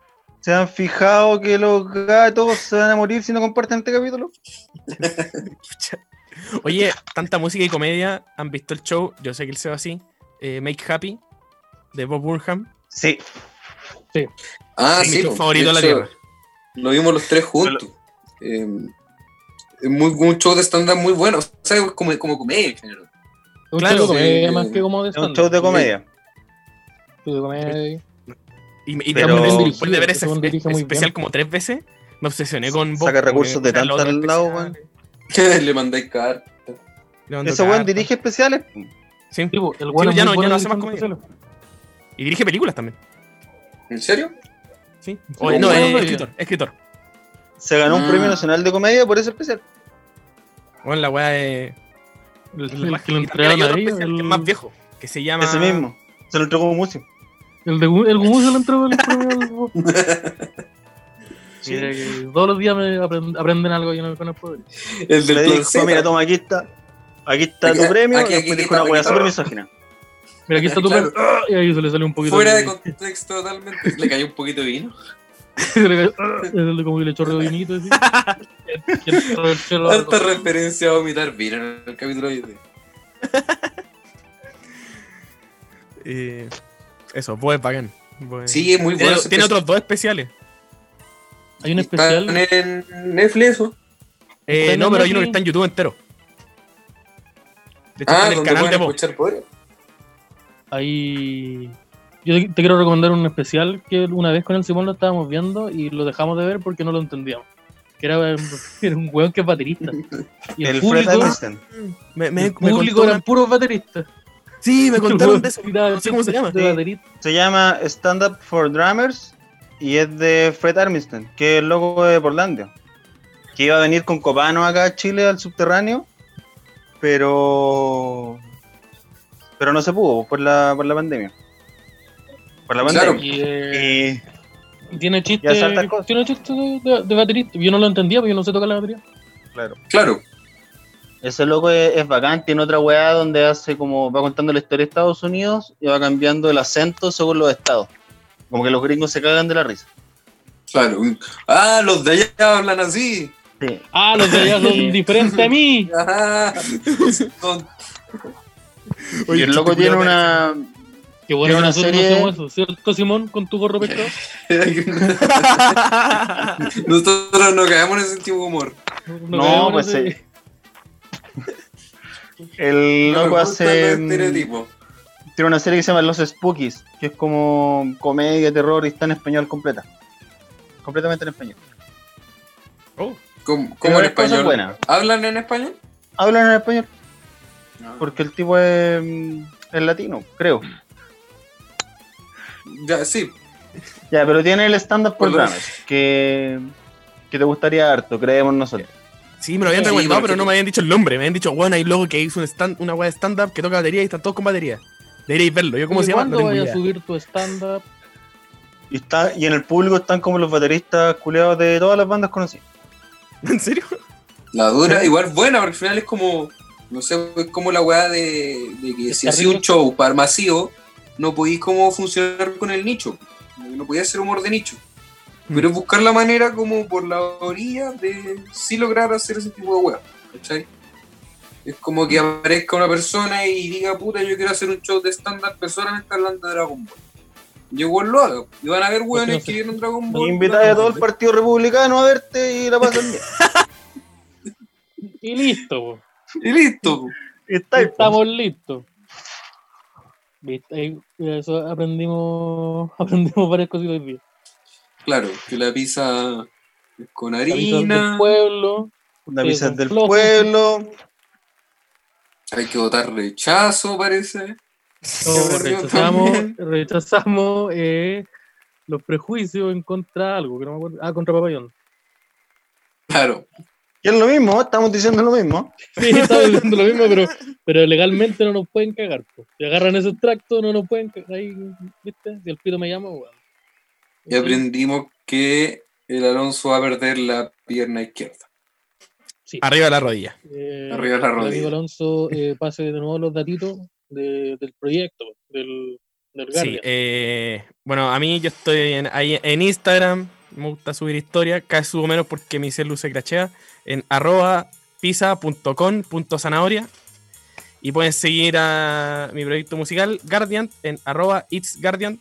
A: ¿Se han fijado que los gatos se van a morir si no comparten este capítulo?
D: Oye, tanta música y comedia, han visto el show, yo sé que él se va así, eh, Make Happy, de Bob Burnham.
A: Sí.
C: Ah,
D: es
C: sí.
D: mi show
C: po.
D: favorito de la
C: hecho,
D: tierra.
C: Lo vimos los tres juntos. Eh, es muy, un show de stand-up muy bueno. O sea, es como, como comedia en general.
B: Es un
D: Claro,
B: show de comedia
C: sí.
B: más que como de
A: Es un
B: stand-up.
A: show de comedia.
B: Show de comedia.
D: Y, y
A: Pero-
D: digamos,
A: Bien
D: después de
B: dirigido,
D: ver ese
B: ese weón dirige muy
D: especial
B: bien.
D: como tres veces, me obsesioné con Bob.
A: Saca
D: como que
A: recursos de
D: era el
A: tanto
D: otro
A: al lado,
D: especial,
C: Le mandáis cartas.
D: le mandó
A: Ese weón
D: cartas.
A: dirige especiales.
D: Sí.
B: Sí, po, el weón es
D: Sí, pues, ya
B: muy
D: no- ya
B: bueno
D: no hace más
B: dirigiendo
D: comedia.
B: especiales.
D: Y dirige películas también.
C: ¿En serio?
D: Sí. Oye, no, eh,
C: como-
D: es escritor, escritor.
A: Se ganó un
C: Ah.
A: premio nacional de comedia por ese especial.
D: Bueno, la weá es.
B: El-
D: la
B: el
D: raja.
B: que lo
D: Y también hay
B: entregaron
D: otro
B: ahí,
D: especial que es
B: el-
D: más viejo, que se llama.
A: Ese mismo. Se lo entregó como músico.
B: El de Gu- el Gumu se lo entregó el premio al Gumu.
A: Sí.
B: Mira que todos los días me aprend- aprenden algo y no me conozco.
C: El
A: Le
C: del Plan
A: dijo,
C: Z.
A: mira, toma, aquí está. Aquí está
C: Aquí-
A: tu premio.
C: aquí- aquí
A: Después dijo
C: está,
A: una
C: aquí
A: wea
C: está.
A: súper misógina.
B: Mira, aquí está tu
C: Claro.
B: premio. ¡Ah! Y ahí se le salió un poquito.
C: Fuera de
B: de
C: contexto totalmente. Le cayó un poquito de vino.
B: se le cayó, ¡Ah! Y se le- como que le chorreó vinito. Así. Y el chorro- el chorro-
C: Harta referencia a vomitar vino en el capítulo de hoy.
D: eh, eso, Bob es bacán. Bob es-
C: Sí, es muy
D: Tiene,
C: bueno. ese
D: tiene
C: especial.
D: otros dos especiales.
B: Hay un
C: Están
B: especial.
C: en Netflix, eso.
D: Eh,
B: Bueno,
D: no, pero hay uno
B: Netflix.
D: que está en YouTube entero. De hecho,
C: Ah,
D: está en el
C: donde
D: canal
C: pueden
D: de Bob.
C: escuchar poder.
B: Hay. Yo te te quiero recomendar un especial que una vez con el Simón lo estábamos viendo y lo dejamos de ver porque no lo entendíamos. Que era, era un weón que es baterista. Y el,
A: El Fred
B: público,
A: Emerson.
D: Me,
B: el público
D: contó
B: eran
D: una-
B: puros bateristas.
D: Sí, me contaron de eso.
B: Gritaba
D: No sé cómo se llama.
B: de baterista.
A: Se llama Stand Up for Drummers y es de Fred Armiston, que es el loco de Portlandia. Que iba a venir con Copano acá a Chile al subterráneo, pero. Pero no se pudo por la, por la pandemia. Por la
C: Claro.
A: pandemia.
B: Y, eh,
A: Y
B: y tiene
A: y
B: chistes
A: hace hartas cosas.
B: tiene chiste de, de- de baterista. Yo no lo entendía porque yo no sé tocar la batería.
C: Claro.
A: ese loco es, es bacán, tiene otra weá donde hace como. va contando la historia de Estados Unidos y va cambiando el acento según los estados. Como que los gringos se cagan de la risa.
C: Claro. Ah, los de allá hablan así.
A: Sí.
B: Ah, los de allá son diferentes a mí.
C: Ajá. Son-
A: Y
D: Oye,
A: el loco
D: chiste
A: tiene
D: culiao,
A: una.
B: Qué
A: Tiene
B: bueno que
A: una
B: nosotros no
A: serie-
B: hacemos eso, ¿cierto, Simón? Con tu gorro pescado.
C: Nosotros nos cagamos en ese tipo de humor.
A: No,
B: caemos en
A: pues
B: ese-
A: eh, El
C: No
A: loco
C: me gustan los
A: hace. mm, Tiene
C: estereotipos.
A: una serie que se llama Los Spookies, que es como comedia, terror y está en español completa. Completamente en español.
D: Oh,
C: ¿Cómo,
A: Tiene
C: cómo en
A: varias cosas
C: español?
A: buenas.
C: ¿Hablan en español?
A: Hablan en español porque el tipo es, mm, es latino, creo.
C: Ya, sí.
A: Ya, pero tiene el stand-up por
C: Por lo-
A: dramas, que, que te gustaría harto, creemos nosotros.
D: sí, me lo habían
C: Sí,
D: recomendado,
C: porque-
D: pero no me habían dicho el nombre. Me habían dicho, bueno, hay loco que hizo un stand, una weá de stand-up que toca batería y están todos con batería. Deberíais verlo. ¿Yo cómo se llama? No
B: ¿Cuándo
D: tengo
B: vayas a
D: idea.
B: subir tu stand-up?
A: Y, está, y en el público están como los bateristas culeados de todas las bandas conocidas.
D: ¿En serio?
C: La dura, igual buena, porque al final es como, no sé, es como la weá de, de que si
B: Está
C: hacía un
B: rico.
C: show para masivo, no podís como funcionar con el nicho. No podías hacer humor de nicho.
D: Mm.
C: Pero es buscar la manera como por la orilla de sí lograr hacer ese tipo de weá. ¿Cachai? Es como
B: Mm.
C: que aparezca una persona y diga, puta, yo quiero hacer un show de estándar, pero solamente hablando de Dragon Ball. Y igual lo haga. Y van a haber
B: no
C: weones
B: sé.
C: que vieron Dragon Ball.
A: Invitáis a todo el
C: Dragon Ball.
A: partido republicano a verte y la pasan bien.
B: Y listo, po.
C: Y listo. po.
A: Y está ahí, po.
B: estamos listos. ¿Viste? Ahí, mira, eso aprendimos, aprendimos varias cositas hoy día.
C: Claro, que la pizza es con
B: Avisos
C: harina.
B: del pueblo.
A: Una
B: Sí,
A: pizza
B: son
A: del
B: flojos.
A: pueblo.
C: Hay que votar rechazo, parece.
B: No,
C: También.
B: rechazamos rechazamos eh, los prejuicios en contra de algo, que no me acuerdo. Ah, contra Papayón.
C: Claro.
A: Y es lo mismo, estamos diciendo lo mismo.
B: Sí, estamos diciendo lo mismo, pero, pero legalmente no nos pueden cagar. po. Si agarran ese extracto, no nos pueden cagar. Ahí, ¿viste? Si el pito me llama, weón.
C: Y aprendimos que el Alonso va a perder la pierna izquierda.
B: Sí.
D: Arriba de la rodilla.
B: Eh,
C: Arriba de la
B: el amigo
C: rodilla.
B: Alonso eh, pase de nuevo los datitos de- del proyecto, del, del
D: Sí,
B: Guardian.
D: eh, bueno, a mí yo estoy en, ahí en Instagram, me gusta subir historia, cada vez subo menos porque mi celu se crachea, en arroba pisa.com.zanahoria y pueden seguir a mi proyecto musical Guardian en arroba it's Guardian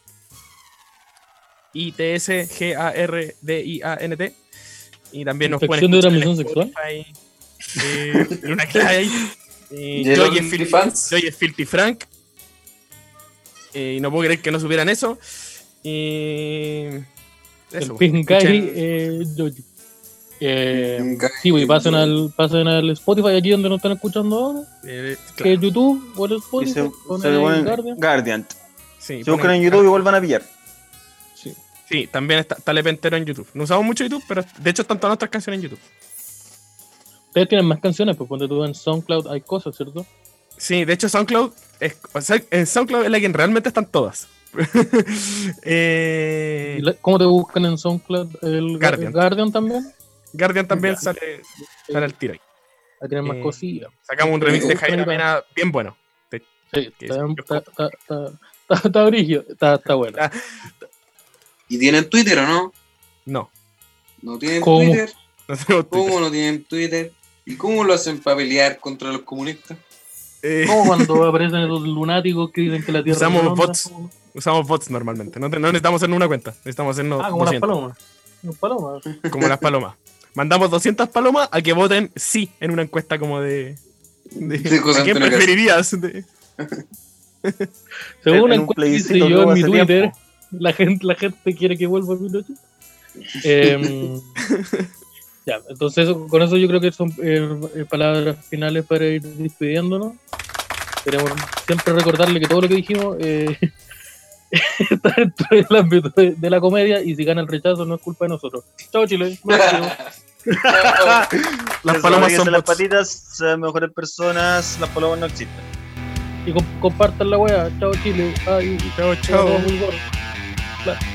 D: i t s g a r d i a n t y también nos pueden
B: ¿Infección de
D: escuchar en
B: transmisión
D: Spotify, eh, en una clave ahí. Eh,
C: ¿Y el
D: Joy es Filthy-
C: OnlyFans?
D: Joy es Filthy Frank. Eh, y no puedo creer que no supieran eso. Y.
B: el
D: pues,
B: Pinkai,
D: escuchen-
B: eh, Joji. Eh,
C: Nunca-
B: sí, pues, y pasen al, pasen al Spotify, aquí donde nos están escuchando ahora,
D: eh,
B: que
D: claro,
B: es YouTube o el
A: Y
B: Spotify.
A: se,
B: ponen
A: se le ponen
B: Guardian.
A: Guardian.
D: sí,
A: Si buscan
D: ponen-
A: en YouTube, igual van a pillar.
B: Sí.
D: Sí, también está, está Lepentero en YouTube. No usamos mucho YouTube, pero de hecho están todas nuestras canciones en YouTube.
B: Ustedes tienen más canciones, pues ponte tú en SoundCloud, hay cosas, ¿cierto?
D: Sí, de hecho SoundCloud es, o sea, en SoundCloud es la que realmente están todas. Eh,
B: ¿Y la- ¿Cómo te buscan en SoundCloud? ¿El
D: Guardian.
B: Guardian, Guardian también?
D: Guardian también
B: Ya.
D: sale, sale al tiro ahí.
B: Ahí tienen más
D: Eh,
B: cosillas.
D: Sacamos un remix de Javier
B: Mira.
D: Amena bien bueno.
B: Sí,
D: que
B: está,
D: es-
B: está, está, está, está, está brígido, está, está bueno.
D: Ah,
C: ¿Y tienen Twitter o no?
D: No,
C: ¿No tienen
B: ¿Cómo?
C: Twitter?
D: no tenemos Twitter.
C: ¿Cómo no tienen Twitter? ¿Y cómo lo hacen para pelear contra los comunistas?
D: Eh,
B: Como cuando aparecen esos lunáticos que dicen que la Tierra
D: Usamos
B: es redonda,
D: bots.
B: como-
D: Usamos bots normalmente. No, te- no necesitamos hacernos una cuenta. Necesitamos hacernos
B: Ah, como las
D: 200,
B: palomas. Las palomas.
D: como las palomas. Mandamos 200 palomas a que voten sí en una encuesta como de. de-
C: Sí, cosa
D: ¿A quién
C: antonio que-
D: preferirías? De-
B: Según
A: En
B: una
A: un
B: encuesta que hice
A: plebiscito que
B: yo
A: hubo
B: en mi
A: hace
B: Twitter,
A: tiempo.
B: la gente, la gente quiere que vuelva a 2008. Em, ya, entonces eso- con eso yo creo que son eh, eh, palabras finales para ir despidiéndonos. Queremos siempre recordarle que todo lo que dijimos eh, está dentro del ámbito de, de la comedia y si gana el rechazo no es culpa de nosotros. Chao Chile. nos vemos.
D: Las
A: Se
D: palomas
A: desarrollan
D: son
A: las
D: bots.
A: patitas, se ven mejores personas, las palomas no existen.
B: y com- compartan la weá. Chao Chile. Ay,
D: Chao,
B: chao.
D: chao.
B: Bulgor. La-